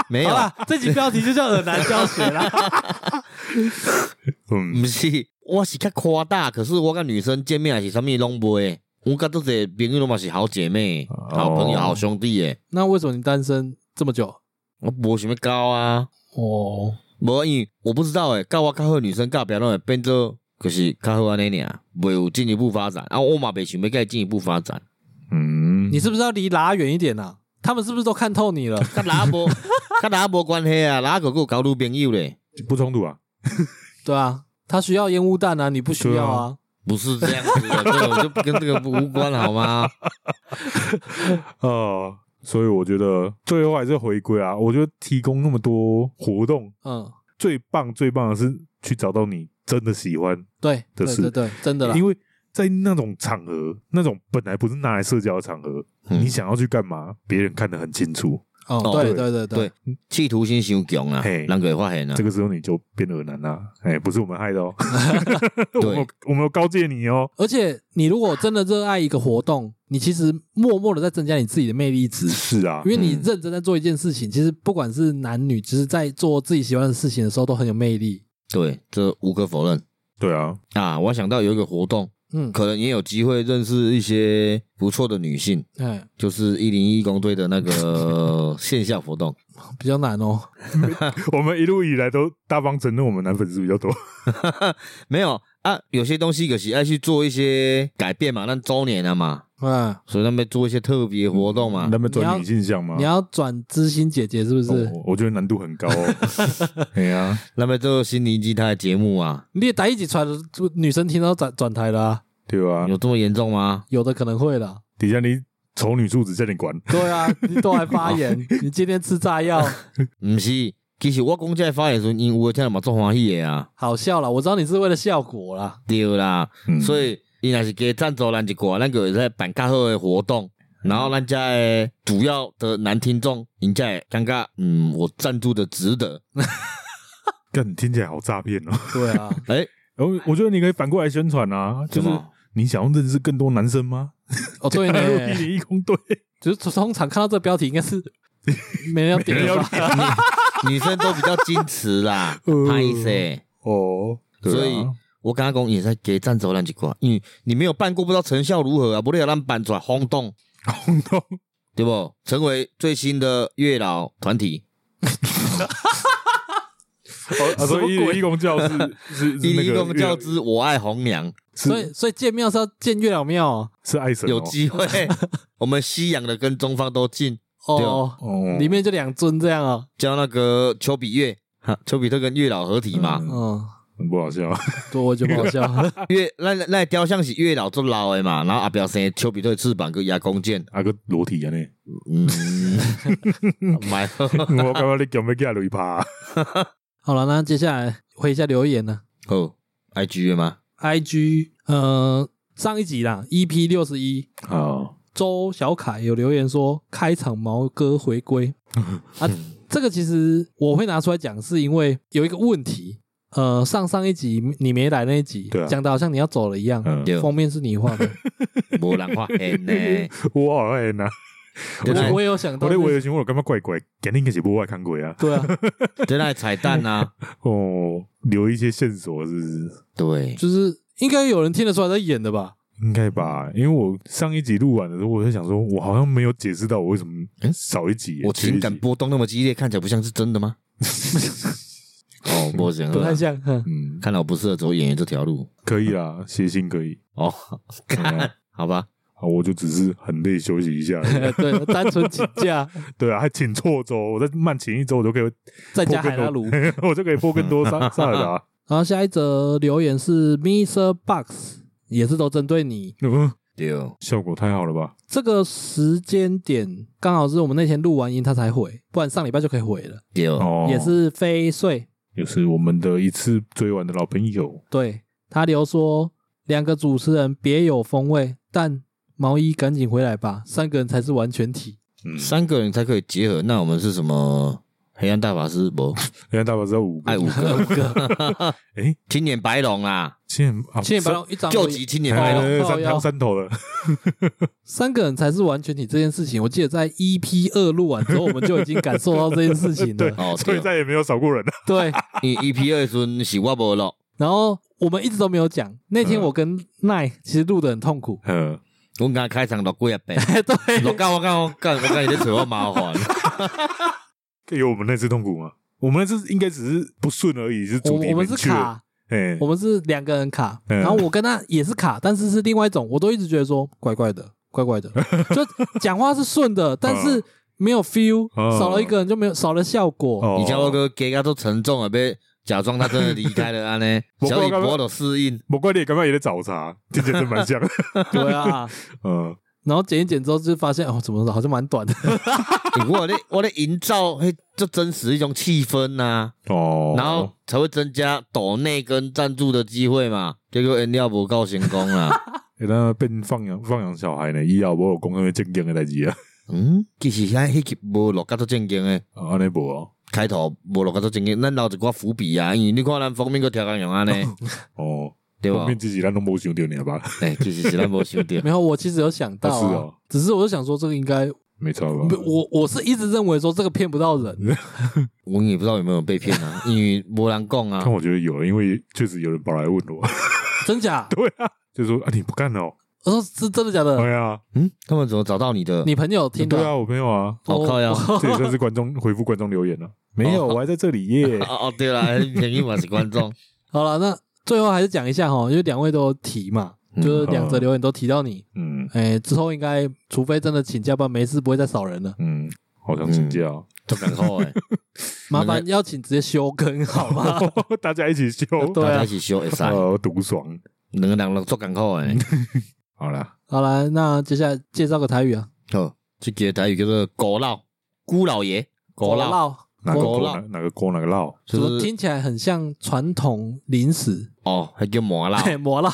[SPEAKER 3] 没有
[SPEAKER 1] 好，啦，这集标题就叫“耳男教学”啦。
[SPEAKER 2] 嗯，
[SPEAKER 3] 不是，我是较夸大，可是我跟女生见面还是啥物拢袂，我跟多些朋友嘛是好姐妹、
[SPEAKER 2] 哦
[SPEAKER 3] 好朋友、好兄弟诶，
[SPEAKER 1] 那为什么你单身这么久？
[SPEAKER 3] 我无想要交啊，
[SPEAKER 1] 哦，
[SPEAKER 3] 无因为我不知道诶，交我较好的女生，到后壁拢会变做就是较好安尼尔，未有进一步发展啊，我嘛未想要甲伊进一步发展。
[SPEAKER 2] 嗯，
[SPEAKER 1] 你是不是要离拉远一点啊？他们是不是都看透你 了？
[SPEAKER 3] 甲哪 无，甲哪无关系啊，哪个有交女朋友咧？
[SPEAKER 2] 不冲突啊？
[SPEAKER 1] 对啊，他需要烟雾弹啊，你不需要啊。
[SPEAKER 3] 不是这样子 的，这个就跟这个无关好吗？
[SPEAKER 2] 呃，所以我觉得最后还是回归啊。我觉得提供那么多活动，
[SPEAKER 1] 嗯，
[SPEAKER 2] 最棒最棒的是去找到你真的喜欢，
[SPEAKER 1] 对，
[SPEAKER 2] 这
[SPEAKER 1] 对
[SPEAKER 2] 是
[SPEAKER 1] 对对，真的啦。
[SPEAKER 2] 因为在那种场合，那种本来不是拿来社交的场合，
[SPEAKER 3] 嗯
[SPEAKER 2] 你想要去干嘛，别人看得很清楚，
[SPEAKER 1] 哦，
[SPEAKER 3] 哦
[SPEAKER 1] 对
[SPEAKER 2] 对
[SPEAKER 1] 对对
[SPEAKER 3] 对，企图心伤强啊，
[SPEAKER 2] 嘿
[SPEAKER 3] 人个会发现啊
[SPEAKER 2] 这。个时候你就变恶男啦。哎，不是我们害的哦，我
[SPEAKER 3] 对
[SPEAKER 2] 们有我们有告诫你哦。
[SPEAKER 1] 而且你如果真的热爱一个活动，你其实默默的在增加你自己的魅力值，
[SPEAKER 2] 是啊
[SPEAKER 1] 因，为你
[SPEAKER 3] 嗯
[SPEAKER 1] 认真在做一件事情，其实不管是男女，只是在做自己喜欢的事情的时候都很有魅力。
[SPEAKER 3] 对，这无可否认
[SPEAKER 2] 对啊，
[SPEAKER 3] 啊。我想到有一个活动，
[SPEAKER 1] 嗯，
[SPEAKER 3] 可能也有机会认识一些不错的女性，
[SPEAKER 1] 哎，
[SPEAKER 3] 就是一零一公队的 那个线下活动。
[SPEAKER 1] 比较难哦。
[SPEAKER 2] 我们一路以来都大方承认我们男粉丝比较多。
[SPEAKER 3] 没有啊，有些东西可是要去做一些改变嘛，那周年了嘛，
[SPEAKER 1] 嗯，
[SPEAKER 3] 所以他们做一些特别活动嘛
[SPEAKER 2] 那。么
[SPEAKER 1] 你要
[SPEAKER 2] 转女性向吗？
[SPEAKER 1] 你要转知心姐姐是不是？
[SPEAKER 2] 哦我觉得难度很高哦。哎呀，
[SPEAKER 3] 那么做心灵鸡汤的节目啊，
[SPEAKER 1] 你也打一起传，女生听到转转台了、啊，
[SPEAKER 2] 对吧？
[SPEAKER 3] 有这么严重吗？
[SPEAKER 1] 有的可能会啦。
[SPEAKER 2] 底下你丑女柱子叫你管，
[SPEAKER 1] 对啊，你都还发 言，哦你今天吃炸药，
[SPEAKER 3] 毋是，其实我讲这个发言的时阵，因为有的听了嘛足欢喜的啊，
[SPEAKER 1] 好笑啦。我知道你是为了效果 啦。
[SPEAKER 3] 对啦，
[SPEAKER 2] 嗯
[SPEAKER 3] 所以伊若是加赞助咱一寡，咱就会使办较好的活动。
[SPEAKER 2] 嗯
[SPEAKER 3] 然后咱家的主要的男听众，人家会感觉，嗯，我赞助的值得。
[SPEAKER 2] 干听起来好诈骗哦。
[SPEAKER 1] 对啊，
[SPEAKER 3] 哎，
[SPEAKER 2] 然后我觉得你可以反过来宣传啊，就
[SPEAKER 3] 怎
[SPEAKER 2] 是
[SPEAKER 3] 么？
[SPEAKER 2] 你想要认识更多男生吗？
[SPEAKER 1] 哦对
[SPEAKER 2] 加入 一
[SPEAKER 1] 呢，
[SPEAKER 2] 零一工队，，
[SPEAKER 1] 就是通常看到这个标题应该 是没人要点了吧？
[SPEAKER 3] 女生都比较矜持啦
[SPEAKER 2] 呃
[SPEAKER 3] 拍谁？
[SPEAKER 2] 哦，对啊
[SPEAKER 3] 所以我刚刚讲也在给赞助咱一寡，因为你没有办过，不知道成效如何啊。不然咱办出来轰动，
[SPEAKER 2] 轰动
[SPEAKER 3] 对不？成为最新的月老团体。
[SPEAKER 2] 啊，所以一
[SPEAKER 1] 什么
[SPEAKER 2] 零
[SPEAKER 1] 鬼
[SPEAKER 2] 一工教是是
[SPEAKER 3] 一零一
[SPEAKER 2] 是那
[SPEAKER 3] 公
[SPEAKER 2] 个
[SPEAKER 3] 教之我爱红娘，
[SPEAKER 1] 所以所以见庙是要见月老庙哦
[SPEAKER 2] 是爱神哦
[SPEAKER 3] 有 机会，我们西洋的跟中方都进，对
[SPEAKER 1] 哦
[SPEAKER 3] 哦，
[SPEAKER 2] 哦，
[SPEAKER 1] 里面就两尊这样哦。
[SPEAKER 3] 叫那个丘比月，哈，丘比特跟月老合体嘛。
[SPEAKER 1] 嗯，
[SPEAKER 2] 很不好笑，
[SPEAKER 1] 多我就不好笑。
[SPEAKER 3] 月那那雕像是月老做老的嘛，然后阿彪生丘比特的翅膀跟牙弓箭，
[SPEAKER 2] 啊个裸体啊呢，
[SPEAKER 3] 嗯，买
[SPEAKER 2] 我感觉你讲要加雷趴，
[SPEAKER 1] 好了，那接下来回一下留言呢。
[SPEAKER 3] 哦，I G 吗？
[SPEAKER 1] IG，呃，上一集啦，EP 六十一，
[SPEAKER 3] 哦
[SPEAKER 2] 好，
[SPEAKER 1] 周小凯有留言说开场毛哥回 归啊，这个其实我会拿出来讲，是因为有一个问题，呃，上上一集你没来那一集，
[SPEAKER 2] 对啊
[SPEAKER 1] 讲的好像你要走了一样，
[SPEAKER 2] 嗯，
[SPEAKER 3] 对，
[SPEAKER 1] 封面是你画 的，
[SPEAKER 3] 无人发现呢，
[SPEAKER 2] 我好爱 呐，
[SPEAKER 3] 对
[SPEAKER 1] 我
[SPEAKER 3] 啦
[SPEAKER 1] 我也有想到
[SPEAKER 2] 啊我
[SPEAKER 1] 这
[SPEAKER 2] 咧
[SPEAKER 1] 个，
[SPEAKER 2] 我有想我感觉怪怪，肯定应该是无爱看过啊，
[SPEAKER 1] 对啊，
[SPEAKER 3] 对那彩蛋啊，
[SPEAKER 2] 哦，留一些线索是不是？
[SPEAKER 3] 对，
[SPEAKER 1] 就是应该有人听得出来在演的吧？
[SPEAKER 2] 应该吧，因为我上一集录完的时候，我在想说，我好像没有解释到我为什么
[SPEAKER 3] 诶
[SPEAKER 2] 少一集，
[SPEAKER 3] 我
[SPEAKER 2] 缺一
[SPEAKER 3] 情感
[SPEAKER 2] 集
[SPEAKER 3] 波动那么激烈，看起来不像是真 的吗？哦，不
[SPEAKER 2] 啊
[SPEAKER 3] 行，
[SPEAKER 1] 不太像，哼
[SPEAKER 2] 嗯，
[SPEAKER 3] 看来我不适合走演员这条路。
[SPEAKER 2] 可以啦，写信可以。
[SPEAKER 3] 哦，
[SPEAKER 2] 对
[SPEAKER 3] 看
[SPEAKER 2] 啊
[SPEAKER 3] 好吧，
[SPEAKER 2] 好，我就只是很累，休息一下而已。
[SPEAKER 1] 呃对，单纯请假，
[SPEAKER 2] 对啊，还请错周，我再慢请一周，我就可以，
[SPEAKER 1] 再加海拉鲁。
[SPEAKER 2] 我就可以播更多 萨萨尔达。
[SPEAKER 1] 然后下一则留言是 Mr. Box，也是都针对你，
[SPEAKER 2] 嗯，
[SPEAKER 3] 对，哦
[SPEAKER 2] 效果太好了吧？
[SPEAKER 1] 这个时间点刚好是我们那天录完音他才回，不然上礼拜就可以回了，
[SPEAKER 3] 对，
[SPEAKER 2] 哦
[SPEAKER 1] 也，是飞碎。
[SPEAKER 2] 也是我们的一次追完的老朋友。
[SPEAKER 1] 对他留说，两个主持人别有风味，但毛衣赶紧回来吧，三个人才是完全体。
[SPEAKER 2] 嗯，
[SPEAKER 3] 三个人才可以结合。那我们是什么？黑暗大法师不？
[SPEAKER 2] 原来大宝只有五个
[SPEAKER 3] 爱。五个，五个。
[SPEAKER 2] 诶，
[SPEAKER 3] 青年白龙啦，
[SPEAKER 2] 现在啊，
[SPEAKER 1] 七点半一张而已
[SPEAKER 3] 救急青年
[SPEAKER 2] 三
[SPEAKER 3] 白龙。
[SPEAKER 2] 哎
[SPEAKER 1] 哦
[SPEAKER 2] 三
[SPEAKER 1] 靠腰
[SPEAKER 2] 头三头了。
[SPEAKER 1] 三个人才是完全体这件事情，我记得在 EP 二录完之后，我们就已经感受到这件事情
[SPEAKER 2] 对
[SPEAKER 1] 了。
[SPEAKER 3] 哦，
[SPEAKER 2] 所以
[SPEAKER 3] 对，
[SPEAKER 2] 再也没有少过人了。
[SPEAKER 1] 对，
[SPEAKER 3] 你 EP 二孙是我无录，
[SPEAKER 1] 然后我们一直都没有讲，那天
[SPEAKER 2] 嗯。
[SPEAKER 1] 我跟奈其实录的很痛苦
[SPEAKER 2] 嗯，
[SPEAKER 3] 我刚开场录几啊遍，
[SPEAKER 1] 对，
[SPEAKER 3] 录到我刚我干我刚有点找我麻烦。
[SPEAKER 2] 有我们那次痛苦吗？我们那次应该只是不顺而已，是
[SPEAKER 1] 我
[SPEAKER 2] 主题
[SPEAKER 1] 我们
[SPEAKER 2] 明
[SPEAKER 1] 是
[SPEAKER 2] 确。
[SPEAKER 1] 卡，
[SPEAKER 2] 哎
[SPEAKER 1] 我，们是两个人卡，
[SPEAKER 2] 嗯
[SPEAKER 1] 然后我跟他也是卡，但是是另外一种，我都一直觉得说怪怪的，怪怪 的，就讲话是顺的，但
[SPEAKER 2] 嗯
[SPEAKER 1] 是没有 feel，
[SPEAKER 2] 哦
[SPEAKER 1] 少了一个人就没有少了效果。
[SPEAKER 2] 哦，
[SPEAKER 3] 你叫我哥给他都沉重了，被假装他真的离开了安呢
[SPEAKER 2] 我
[SPEAKER 3] 小李
[SPEAKER 2] 我
[SPEAKER 3] 波都适应。
[SPEAKER 2] 莫怪你刚刚也在找茬，听起来真蛮像的。
[SPEAKER 1] 对 啊，
[SPEAKER 2] 嗯，
[SPEAKER 1] 然后剪一剪之后就发现哦，怎么好像蛮短的，
[SPEAKER 3] 欸我咧我咧营造嘿，就真实一种气氛呐、
[SPEAKER 2] 哦，
[SPEAKER 3] 然后才会增加抖内跟赞助的机会嘛。结果饮料不够成功啊啦。
[SPEAKER 2] 欸那变放养放养小孩呢，以后无有讲什么正经的代志啊，
[SPEAKER 3] 嗯，其实遐迄集无落甲做正经诶，
[SPEAKER 2] 啊安尼无哦，
[SPEAKER 3] 开头无落甲做正经，咱留一寡伏笔啊。因为你看咱封面个调工用安尼，
[SPEAKER 2] 哦，
[SPEAKER 3] 对啊
[SPEAKER 2] 后
[SPEAKER 3] 吧
[SPEAKER 2] 面？自己咱拢无想到你吧？
[SPEAKER 3] 哎、其实是咱无想到
[SPEAKER 1] 没有，我其实有想到
[SPEAKER 2] 哦是
[SPEAKER 1] 啊
[SPEAKER 2] 哦，
[SPEAKER 1] 只是我就想说这个应该，
[SPEAKER 2] 没错吧？
[SPEAKER 1] 不我我是一直认为说这个骗不到 人，
[SPEAKER 3] 我也不知道有没有被骗啊，因为无人讲啊
[SPEAKER 2] 但。我觉得有，因为确实有人跑来问我，
[SPEAKER 1] 真假？
[SPEAKER 2] 就说啊你不干了哦？
[SPEAKER 1] 我说是真的假的？
[SPEAKER 2] 对啊，
[SPEAKER 3] 嗯，他们怎么找到哦你的？
[SPEAKER 1] 你朋友呃听
[SPEAKER 2] 对
[SPEAKER 1] 的？
[SPEAKER 2] 啊，我没有啊，
[SPEAKER 3] 我靠呀！
[SPEAKER 2] 这也算是观众 回复观众留言啊了。没有，
[SPEAKER 3] 哦
[SPEAKER 2] 我还在这里耶。
[SPEAKER 3] 哦哦，对啦，便宜嘛是观众。
[SPEAKER 1] 好了，那最后还是讲一下哈，因为两位都有提嘛，就是两则留言都提到你，
[SPEAKER 2] 嗯
[SPEAKER 1] 哎，之后应该除非真的请假，不然没事不会再少人了。
[SPEAKER 2] 嗯，好想请假哦，
[SPEAKER 3] 就很好诶，
[SPEAKER 1] 麻烦邀请直接休更好 吗？
[SPEAKER 2] 大家一起修，
[SPEAKER 1] 对啊
[SPEAKER 3] 大家一起修会使，
[SPEAKER 2] 呃，独爽。
[SPEAKER 3] 两个人都做艰苦诶。
[SPEAKER 2] 好啦，
[SPEAKER 1] 好啦，那接下来介绍个台语啊，
[SPEAKER 3] 好，这个台语叫做“狗老姑老爷”，狗老
[SPEAKER 1] 烙，
[SPEAKER 2] 哪个
[SPEAKER 1] 锅
[SPEAKER 2] 锅
[SPEAKER 3] 锅烙
[SPEAKER 2] 哪哪个锅哪个烙？
[SPEAKER 1] 怎
[SPEAKER 3] 就
[SPEAKER 1] 么
[SPEAKER 3] 是
[SPEAKER 1] 听起来很像传统零食？
[SPEAKER 3] 哦，还叫麻辣。
[SPEAKER 1] 对，磨烙。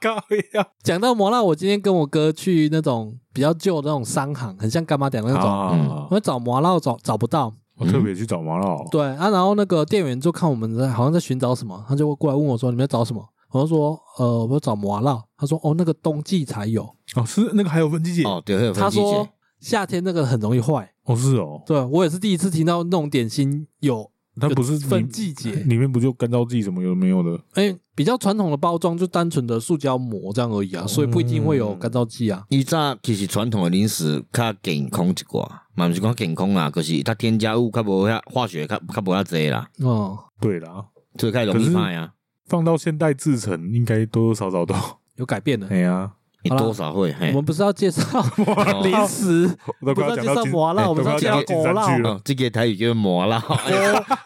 [SPEAKER 2] 高呀！
[SPEAKER 1] 讲到磨烙，我今天跟我哥去那种比较旧的那种商行，很像干妈店那
[SPEAKER 3] 哦
[SPEAKER 1] 种，嗯
[SPEAKER 2] 啊
[SPEAKER 1] 我，们找磨烙找找不到，
[SPEAKER 2] 我特别去找麻辣哦。
[SPEAKER 1] 对啊，然后那个店员就看我们在好像在寻找什么，他就会过来问我说：“你们在找什么？”我就说：“呃，我要找麻辣。”他说：“哦，那个冬季才有。
[SPEAKER 2] 哦，是那个还有分季节
[SPEAKER 3] 哦，对，还有”分
[SPEAKER 1] 他
[SPEAKER 3] 季节
[SPEAKER 1] 说。：“夏天那个很容易坏。
[SPEAKER 2] 哦，是哦”，
[SPEAKER 1] 对我也是第一次听到那种点心有
[SPEAKER 2] 它不是
[SPEAKER 1] 有分
[SPEAKER 2] 里
[SPEAKER 1] 季节，
[SPEAKER 2] 里面不就干燥剂什么有的没有的？
[SPEAKER 1] 哎，比较传统的包装就单纯的塑胶膜这样而已
[SPEAKER 3] 嗯
[SPEAKER 1] 啊，所以不一定会有干燥剂啊。
[SPEAKER 3] 以前其实传统的零食较健康一寡，嘛毋是讲健康啦，就是它添加物较无遐化学较较无遐济啦，
[SPEAKER 1] 哦，
[SPEAKER 2] 对啦，
[SPEAKER 3] 所以较容易卖啊。
[SPEAKER 2] 放到现代制成应该多多少少都
[SPEAKER 1] 有改变的。
[SPEAKER 2] 哎呀，
[SPEAKER 3] 你
[SPEAKER 1] 好啦
[SPEAKER 3] 多少会嘿
[SPEAKER 1] 我。们不是要介 绍零 食，
[SPEAKER 2] 我都
[SPEAKER 1] 不
[SPEAKER 2] 快
[SPEAKER 1] 是要
[SPEAKER 2] 要讲
[SPEAKER 1] 介
[SPEAKER 2] 到
[SPEAKER 1] 绍
[SPEAKER 2] 金
[SPEAKER 1] 麻辣，
[SPEAKER 2] 哎
[SPEAKER 1] 我们是要
[SPEAKER 2] 都
[SPEAKER 1] 介
[SPEAKER 2] 快
[SPEAKER 1] 绍
[SPEAKER 2] 要讲
[SPEAKER 3] 讲
[SPEAKER 1] 狗
[SPEAKER 2] 到
[SPEAKER 1] 烙
[SPEAKER 2] 金山去、了
[SPEAKER 3] 哦，这个台语叫做 麻辣。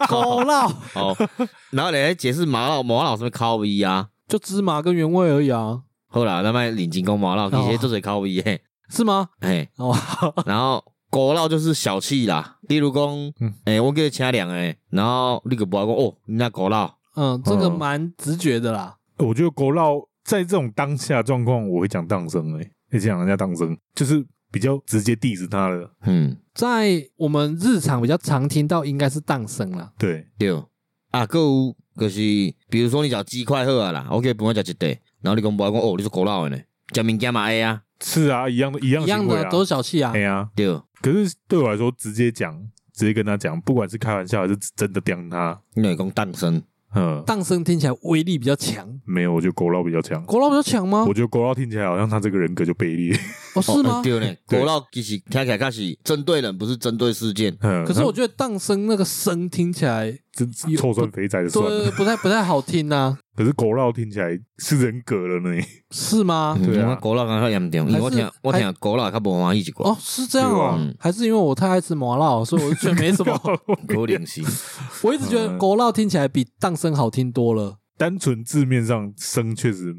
[SPEAKER 1] 狗烙，
[SPEAKER 3] 哦，然后你还解释麻辣麻辣有什么口味啊？
[SPEAKER 1] 就芝麻跟原味而已啊，
[SPEAKER 3] 好啦，咱卖领金工麻辣，其实做水口味嘿，
[SPEAKER 1] 是吗？
[SPEAKER 3] 嘿，
[SPEAKER 1] 哦，
[SPEAKER 3] 然后狗肉就是小气啦，例如讲，诶、
[SPEAKER 2] 嗯
[SPEAKER 3] 我叫你请两个，然后你个不讲哦，你那狗肉
[SPEAKER 1] 嗯，这个
[SPEAKER 2] 嗯
[SPEAKER 1] 蛮直觉的啦。
[SPEAKER 2] 我觉得狗烙在这种当下状况，我会讲当生哎、会讲人家当生，就是比较直接 diss 他的。
[SPEAKER 3] 嗯，
[SPEAKER 1] 在我们日常比较常听到应该是当生啦，
[SPEAKER 2] 对，
[SPEAKER 3] 对，啊，还有就是，比如说你食鸡块好啊啦，我叫你分我食一块，然后你讲不讲哦，你是狗肉的呢，食物件嘛会啊，
[SPEAKER 2] 是啊，一样的，一样
[SPEAKER 1] 一
[SPEAKER 2] 的
[SPEAKER 1] 样
[SPEAKER 2] 行为
[SPEAKER 1] 的
[SPEAKER 2] 啊，
[SPEAKER 1] 都是小气啊
[SPEAKER 2] 哎。呀、
[SPEAKER 3] 对，
[SPEAKER 2] 可是对我来说，直接讲，直接跟他讲，不管是开玩笑还是真的刁他，
[SPEAKER 3] 你会讲诞生，
[SPEAKER 2] 嗯，
[SPEAKER 1] 当生听起来威力比较强，
[SPEAKER 2] 没有，我觉得狗烙比较强。
[SPEAKER 1] 国老比较强吗
[SPEAKER 2] 我？觉得狗烙听起来好像他这个人格就卑劣，
[SPEAKER 1] 哦，是
[SPEAKER 3] 哦
[SPEAKER 1] 吗？
[SPEAKER 3] 对呢，狗
[SPEAKER 2] 对
[SPEAKER 3] 肉其实听起来较是针对人，不是针对事件。
[SPEAKER 2] 嗯，
[SPEAKER 1] 可是我
[SPEAKER 2] 他
[SPEAKER 1] 觉得当生那个生听起来，
[SPEAKER 2] 这
[SPEAKER 1] 有
[SPEAKER 2] 臭酸肥仔的算了。
[SPEAKER 1] 对，不太不太好听啊呐，
[SPEAKER 2] 可是狗绕听起来是人格了呢，
[SPEAKER 1] 是吗？
[SPEAKER 3] 嗯
[SPEAKER 2] 对啊
[SPEAKER 3] 我狗肉感觉较严重，因为我
[SPEAKER 1] 还是
[SPEAKER 3] 听我听狗肉较无欢喜一寡，
[SPEAKER 1] 哦，是这样哦
[SPEAKER 3] 对啊，
[SPEAKER 1] 还是因为我太爱吃麻辣，所以我就觉得没什 么。
[SPEAKER 3] 可 能是。
[SPEAKER 1] 我一直觉
[SPEAKER 2] 嗯
[SPEAKER 1] 得国老听起来比当生好听多了，
[SPEAKER 2] 单纯字面上生确实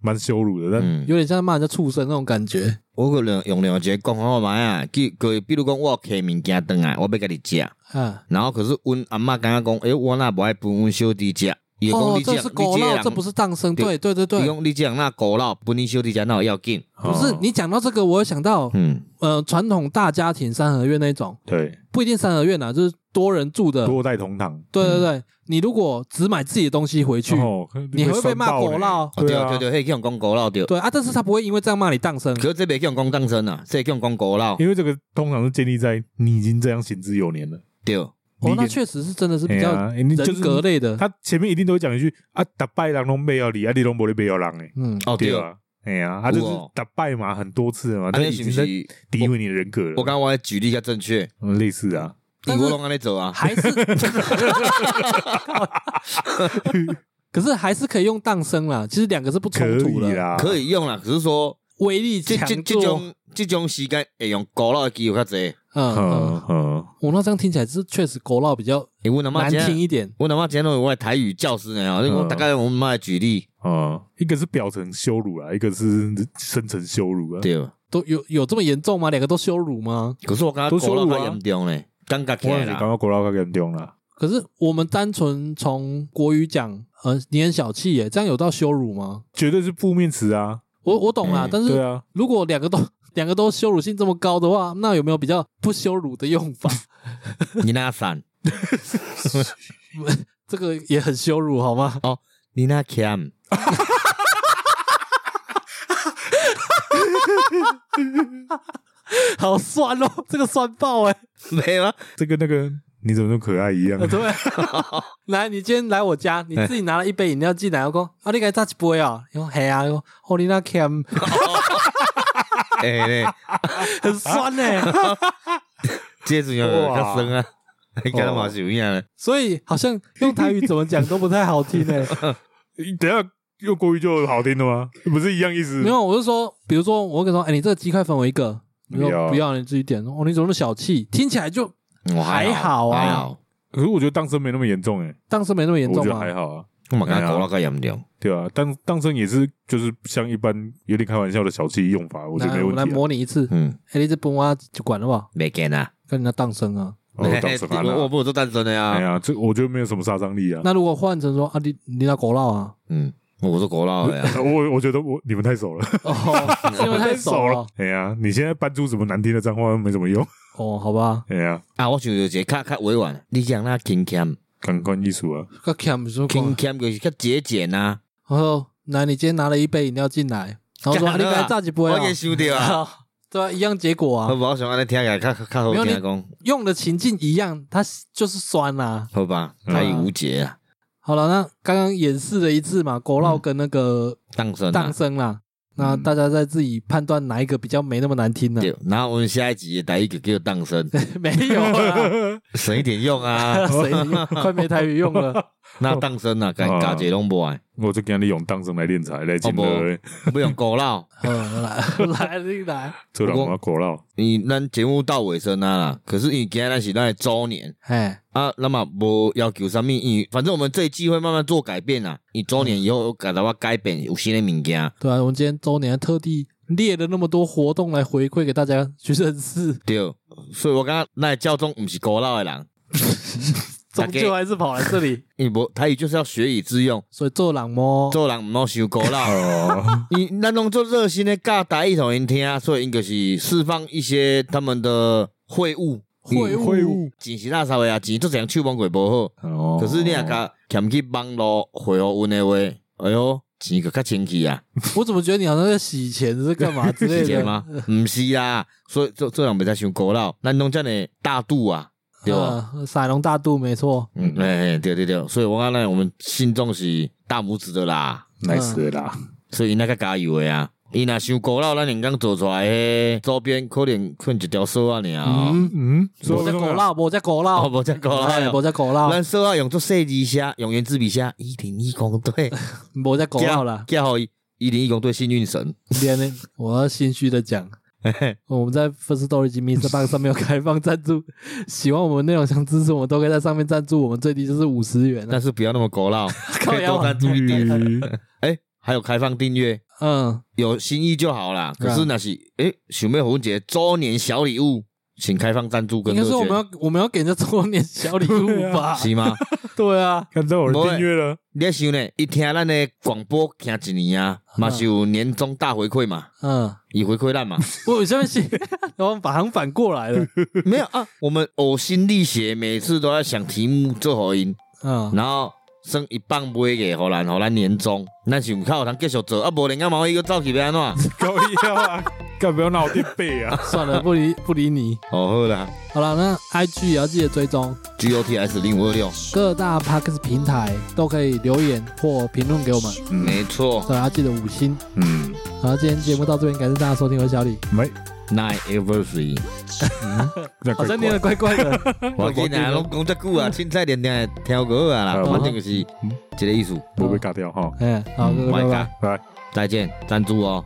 [SPEAKER 2] 蛮羞辱的，但
[SPEAKER 3] 嗯
[SPEAKER 1] 有点像骂人家畜生那种感觉。
[SPEAKER 3] 我可能用两个讲好买啊，去个比如讲我有摕物件转来，我要甲你食，
[SPEAKER 1] 啊，
[SPEAKER 3] 然后可是阮阿嬷感觉讲，诶、我那无爱分阮小弟食，伊就讲
[SPEAKER 1] 哦
[SPEAKER 3] 你，这
[SPEAKER 1] 这
[SPEAKER 3] 样，
[SPEAKER 1] 是
[SPEAKER 3] 你
[SPEAKER 1] 国
[SPEAKER 3] 这个
[SPEAKER 1] 老，
[SPEAKER 3] 人，
[SPEAKER 1] 这不是当生。对
[SPEAKER 3] 对
[SPEAKER 1] 对对
[SPEAKER 3] 伊
[SPEAKER 1] 对，
[SPEAKER 3] 讲你这样那狗肉分你小弟食，那有要紧，
[SPEAKER 1] 不是
[SPEAKER 2] 哦
[SPEAKER 1] 你讲到这个，我有想到，
[SPEAKER 3] 嗯，
[SPEAKER 1] 呃，传统大家庭三合院那种，
[SPEAKER 2] 对
[SPEAKER 1] 不一定三合院啊，就是多人住
[SPEAKER 3] 嗯
[SPEAKER 1] 的。
[SPEAKER 2] 多代同堂，
[SPEAKER 1] 对对对，你如果只买自己的东西回去，
[SPEAKER 2] 哦
[SPEAKER 1] 你还会被骂狗
[SPEAKER 2] 绕，
[SPEAKER 1] 闹。
[SPEAKER 3] 哦对
[SPEAKER 2] 啊
[SPEAKER 3] 对对，迄叫人讲狗肉对，
[SPEAKER 1] 对啊，但是他不会因为这样骂你当生
[SPEAKER 3] 可。是这边叫人讲当真啊，这叫人讲狗肉
[SPEAKER 2] 因为这个通常是建立在你已经这样行之有年了，
[SPEAKER 3] 对，
[SPEAKER 1] 哦
[SPEAKER 2] 你，
[SPEAKER 1] 那
[SPEAKER 2] 给
[SPEAKER 1] 确实是真的是
[SPEAKER 2] 哎
[SPEAKER 1] 比较
[SPEAKER 2] 呀哎你就是
[SPEAKER 1] 人格类的。
[SPEAKER 2] 他前面一定都会讲一句啊，打败人拢没有你，啊你拢没咧没有人诶，
[SPEAKER 1] 嗯，
[SPEAKER 3] 哦对，啊，
[SPEAKER 2] 啊，哎呀，他就是
[SPEAKER 3] 有哦
[SPEAKER 2] 打败嘛，很多次了嘛，
[SPEAKER 1] 啊
[SPEAKER 2] 但
[SPEAKER 3] 那
[SPEAKER 2] 已
[SPEAKER 3] 是不
[SPEAKER 2] 经在？
[SPEAKER 3] 是
[SPEAKER 2] 诋毁你的人格了，
[SPEAKER 3] 我刚刚我的举例较正确，
[SPEAKER 2] 嗯类似啊，
[SPEAKER 1] 但
[SPEAKER 3] 英
[SPEAKER 1] 是
[SPEAKER 3] 国拢安尼做啊，
[SPEAKER 1] 还是 可是还是可以用荡生啦，其实两个是不
[SPEAKER 2] 可
[SPEAKER 1] 冲突
[SPEAKER 2] 以
[SPEAKER 1] 的，
[SPEAKER 2] 啦，
[SPEAKER 3] 可以用啦，只是说
[SPEAKER 1] 威力
[SPEAKER 3] 这
[SPEAKER 1] 强
[SPEAKER 3] 这这
[SPEAKER 1] 弱。
[SPEAKER 3] 种这种时间会用高老的机会较侪。
[SPEAKER 1] 嗯，嗯
[SPEAKER 2] 嗯嗯，
[SPEAKER 1] 我那这样听起来是确实狗闹比较
[SPEAKER 3] 诶，阮阿妈
[SPEAKER 1] 难听
[SPEAKER 3] 今，
[SPEAKER 1] 一点。
[SPEAKER 3] 阮阿妈今拢有我的台语教师呢哦，你讲
[SPEAKER 2] 嗯
[SPEAKER 3] 大概我妈的举例
[SPEAKER 2] 啊，一个是表层羞辱啊啦，一个是深层羞辱啊。
[SPEAKER 3] 对，
[SPEAKER 1] 都有有这么严重吗？两个都羞辱吗？
[SPEAKER 3] 可是我感觉
[SPEAKER 2] 都羞
[SPEAKER 3] 高老
[SPEAKER 2] 辱啊
[SPEAKER 3] 较严重咧，感觉起
[SPEAKER 2] 我也是
[SPEAKER 3] 来
[SPEAKER 2] 感
[SPEAKER 3] 啦，
[SPEAKER 2] 觉国老较严重啦，
[SPEAKER 1] 可是我们单纯从国语讲，呃，你很小气耶，这样有到羞辱吗？
[SPEAKER 2] 绝对是负面词啊。
[SPEAKER 1] 我我懂啦，
[SPEAKER 3] 嗯
[SPEAKER 1] 但
[SPEAKER 2] 对
[SPEAKER 1] 是
[SPEAKER 2] 啊，
[SPEAKER 1] 如果两个都两个都羞辱性这么高的话，那有没有比较不羞辱的用法？
[SPEAKER 3] 你那散，
[SPEAKER 1] 这个也很羞辱好吗？
[SPEAKER 2] 哦
[SPEAKER 3] 你那欠，
[SPEAKER 1] 好酸哦，这个酸爆哎、
[SPEAKER 3] 没 有啊？
[SPEAKER 2] 这跟那个你怎么那么可爱一样
[SPEAKER 1] 呃，对， 来，你今天来我家，你自己拿了一杯饮料进来，我说啊，你给他榨一杯啊，然后嘿啊，我哦你那 cam
[SPEAKER 3] 诶咧，
[SPEAKER 1] 很酸欸呢、
[SPEAKER 3] 这阵要
[SPEAKER 2] 哇
[SPEAKER 3] 较酸啊， 你感觉嘛是有影咧？
[SPEAKER 1] 所以好像用台语怎么讲都不太好听欸 呢、
[SPEAKER 2] 等一下用国语就好听的吗？不是一样意思？
[SPEAKER 1] 没有，我是说，比如说我跟你说，哎、你这个鸡块粉我一个，你
[SPEAKER 2] 不
[SPEAKER 1] 说
[SPEAKER 2] 要
[SPEAKER 1] 不要，你自己点。哦，你怎么那么小气？听起来就
[SPEAKER 3] 我
[SPEAKER 1] 还好啊
[SPEAKER 3] 还好，
[SPEAKER 2] 可是我觉得当生没那么严重哎、
[SPEAKER 1] 当时没那么严
[SPEAKER 2] 我
[SPEAKER 1] 重
[SPEAKER 2] 觉得
[SPEAKER 1] 嘛。
[SPEAKER 2] 还好啊，
[SPEAKER 3] 我嘛感觉高老较严重，
[SPEAKER 2] 对啊，当当生也是就是像一般有点开玩笑的小气用法，我觉得没
[SPEAKER 1] 来，我
[SPEAKER 2] 问
[SPEAKER 1] 来
[SPEAKER 2] 题、啊。
[SPEAKER 1] 模拟一次。
[SPEAKER 3] 嗯，
[SPEAKER 1] 哎、你这崩啊就管了吧，
[SPEAKER 3] 没见啊，
[SPEAKER 1] 跟人家当生啊。
[SPEAKER 2] 哦，当生啊，
[SPEAKER 3] 我我不做单身的
[SPEAKER 2] 哎
[SPEAKER 3] 呀，
[SPEAKER 2] 呀，这我觉得没有什么杀伤力啊。
[SPEAKER 1] 那如果换成说啊，你你那狗闹啊，
[SPEAKER 3] 嗯，我做高老的呀，
[SPEAKER 2] 我我觉得我你们太熟了。
[SPEAKER 1] 哦， 是因为太熟了。
[SPEAKER 2] 哎呀，你现在搬出什么难听的脏话没什么用。
[SPEAKER 1] 哦，好吧，
[SPEAKER 2] 哎呀，
[SPEAKER 3] 啊，我想着一个较较委婉的，你讲那轻俭，
[SPEAKER 2] 感官艺术啊，
[SPEAKER 1] 个 cam 说过
[SPEAKER 3] 轻，俭就是较节俭啊，
[SPEAKER 1] 我说，来，你今天拿了一杯饮料进来，然后说
[SPEAKER 3] 干
[SPEAKER 1] 啊，你
[SPEAKER 3] 了啊
[SPEAKER 1] 给他榨几杯
[SPEAKER 3] 我
[SPEAKER 1] 啊
[SPEAKER 3] 也想着啊。
[SPEAKER 1] 啊？对啊，一样结果
[SPEAKER 3] 我
[SPEAKER 1] 啊，
[SPEAKER 3] 无想安尼听起来较较好啊
[SPEAKER 1] 没有
[SPEAKER 3] 听
[SPEAKER 1] 你
[SPEAKER 3] 讲，
[SPEAKER 1] 用的情境一样，它就是酸啦、
[SPEAKER 3] 好吧？
[SPEAKER 2] 嗯
[SPEAKER 3] 太无解啊，
[SPEAKER 1] 好了，那刚刚演示了一次嘛，狗绕跟那个
[SPEAKER 3] 当真
[SPEAKER 1] 荡
[SPEAKER 3] 啊。
[SPEAKER 1] 生啦，那大家在自己判断哪一个比较没那么难听呢？
[SPEAKER 3] 对，然后我们下一集第一个叫当生，
[SPEAKER 1] 没有 啦，
[SPEAKER 3] 省一点用 啊。
[SPEAKER 1] 谁快没台语用 了？
[SPEAKER 3] 那当生啊，该
[SPEAKER 2] 哦
[SPEAKER 3] 加一个拢无爱，
[SPEAKER 2] 我就给你用当生来练财来进
[SPEAKER 3] 哦
[SPEAKER 2] 了，
[SPEAKER 3] 不用古老。
[SPEAKER 1] 嗯，来来你来，
[SPEAKER 2] 这老妈狗闹。
[SPEAKER 3] 你咱节目到尾声啊啦，可是因为今天咱是咱的周年
[SPEAKER 1] 哎，
[SPEAKER 3] 啊，那么无要求啥物，因为反正我们这一季会慢慢做改变啦。你周年以后有改到我改变有新的物件，
[SPEAKER 1] 对啊，我们今天周年特地列了那么多活动来回馈给大家去认识，
[SPEAKER 3] 对，所以我感觉咱的教宗毋是古老的人，大
[SPEAKER 1] 终
[SPEAKER 3] 家
[SPEAKER 1] 究还是跑来这 里，
[SPEAKER 3] 因为无台语就是要学以致用，
[SPEAKER 1] 所以做朗猫，
[SPEAKER 3] 做人毋好想古老。
[SPEAKER 2] 哦，
[SPEAKER 3] 你咱拢做热心的教台语同因听，所以因就是释放一些他们的会务。
[SPEAKER 1] 会
[SPEAKER 3] 嗯
[SPEAKER 2] 会务
[SPEAKER 3] 钱是垃圾的啊，钱做这样手忙过无好。
[SPEAKER 2] 哦
[SPEAKER 3] 可是你若甲欠去网络回复阮的话，哎哟，钱个较清气啊，
[SPEAKER 1] 我怎么觉得你好像在洗钱是干嘛之类
[SPEAKER 3] 是
[SPEAKER 1] 的
[SPEAKER 3] 钱？吗？毋是啊，所以做做人袂使想古老，咱拢遮尔大度啊，对吧？
[SPEAKER 1] 嗯，撒龙大肚没错，
[SPEAKER 3] 嗯，哎，哎对对对，所以我讲咱我们信众是大拇指的啦，
[SPEAKER 2] nice 的啦，
[SPEAKER 3] 所以因那较加油的啊。伊若想古老，咱人工做出来的周边可能困一条绳啊尔哦。
[SPEAKER 1] 嗯，
[SPEAKER 2] 嗯，
[SPEAKER 1] 我在狗闹，我在狗
[SPEAKER 3] 哦，
[SPEAKER 1] 闹，
[SPEAKER 3] 无遮高
[SPEAKER 1] 哎，
[SPEAKER 3] 啦，
[SPEAKER 1] 无在狗闹，
[SPEAKER 3] 咱说啊，用做设计下，用圆珠笔下一零一 公队，
[SPEAKER 1] 无在狗闹啦。
[SPEAKER 3] 加好一零一公队幸运神，
[SPEAKER 1] 连呢，我要心虚的讲，我们在 First Story 及 Mr. Box 上面有开放赞助， 喜欢我们内容想支持我们，都可以在上面赞助，我们最低就是五十元啊了。
[SPEAKER 3] 但是不要那么高啦，
[SPEAKER 1] 靠
[SPEAKER 3] 可以
[SPEAKER 1] 腰
[SPEAKER 3] 多
[SPEAKER 1] 啊
[SPEAKER 3] 关注一点。
[SPEAKER 2] 嗯
[SPEAKER 3] 哎，还有开放订阅，
[SPEAKER 1] 嗯，
[SPEAKER 3] 有心意就好啦。
[SPEAKER 1] 啊
[SPEAKER 3] 可是那是哎，想要红姐周年小礼物，请开放赞助
[SPEAKER 1] 应
[SPEAKER 3] 跟
[SPEAKER 1] 该
[SPEAKER 3] 乐
[SPEAKER 1] 是我们
[SPEAKER 3] 捐，
[SPEAKER 1] 要我们要给人家周年小礼物吧？
[SPEAKER 3] 是吗？
[SPEAKER 1] 对啊，
[SPEAKER 2] 看到有人订阅 了，
[SPEAKER 3] 你在想呢？一听咱的广播听一年啊，嘛是有年终大回馈嘛，
[SPEAKER 1] 嗯，
[SPEAKER 3] 以回馈 咱嘛。
[SPEAKER 1] 我有下面写，然后把行反过来 了，
[SPEAKER 3] 没有啊，我们呕心沥血，每次都在想题目做好音。
[SPEAKER 1] 嗯，
[SPEAKER 3] 然后算一放买给互咱，互咱年终，咱想较有通继续做，啊，无人家毛伊个走去要安怎？
[SPEAKER 2] 高一啊，干不要闹垫背啊！
[SPEAKER 1] 算了，不理不理你。
[SPEAKER 3] 哦，好啦
[SPEAKER 1] 好了，那 IG 也要记得追踪，
[SPEAKER 3] g O T S 零五二六，
[SPEAKER 1] 各大 p a c k s 平台都可以留言或评论给我们，
[SPEAKER 3] 没错
[SPEAKER 1] 对，要记得五星。
[SPEAKER 2] 嗯，
[SPEAKER 1] 好，今天节目到这边，感谢大家收听，我是小李。
[SPEAKER 2] 没，
[SPEAKER 3] ，Nine Ever Three，
[SPEAKER 2] 那
[SPEAKER 1] 好
[SPEAKER 2] 快
[SPEAKER 1] 像念的怪怪的，
[SPEAKER 3] 我见啊，拢讲遮久啊，凊彩连连会听过啊啦，
[SPEAKER 2] 嗯
[SPEAKER 3] 反正就是一个意思。
[SPEAKER 1] 不
[SPEAKER 2] 不被尬掉哈。
[SPEAKER 3] 嗯
[SPEAKER 1] 哎，好，各位拜拜。
[SPEAKER 3] God，
[SPEAKER 2] 拜拜
[SPEAKER 3] 再见，赞助哦。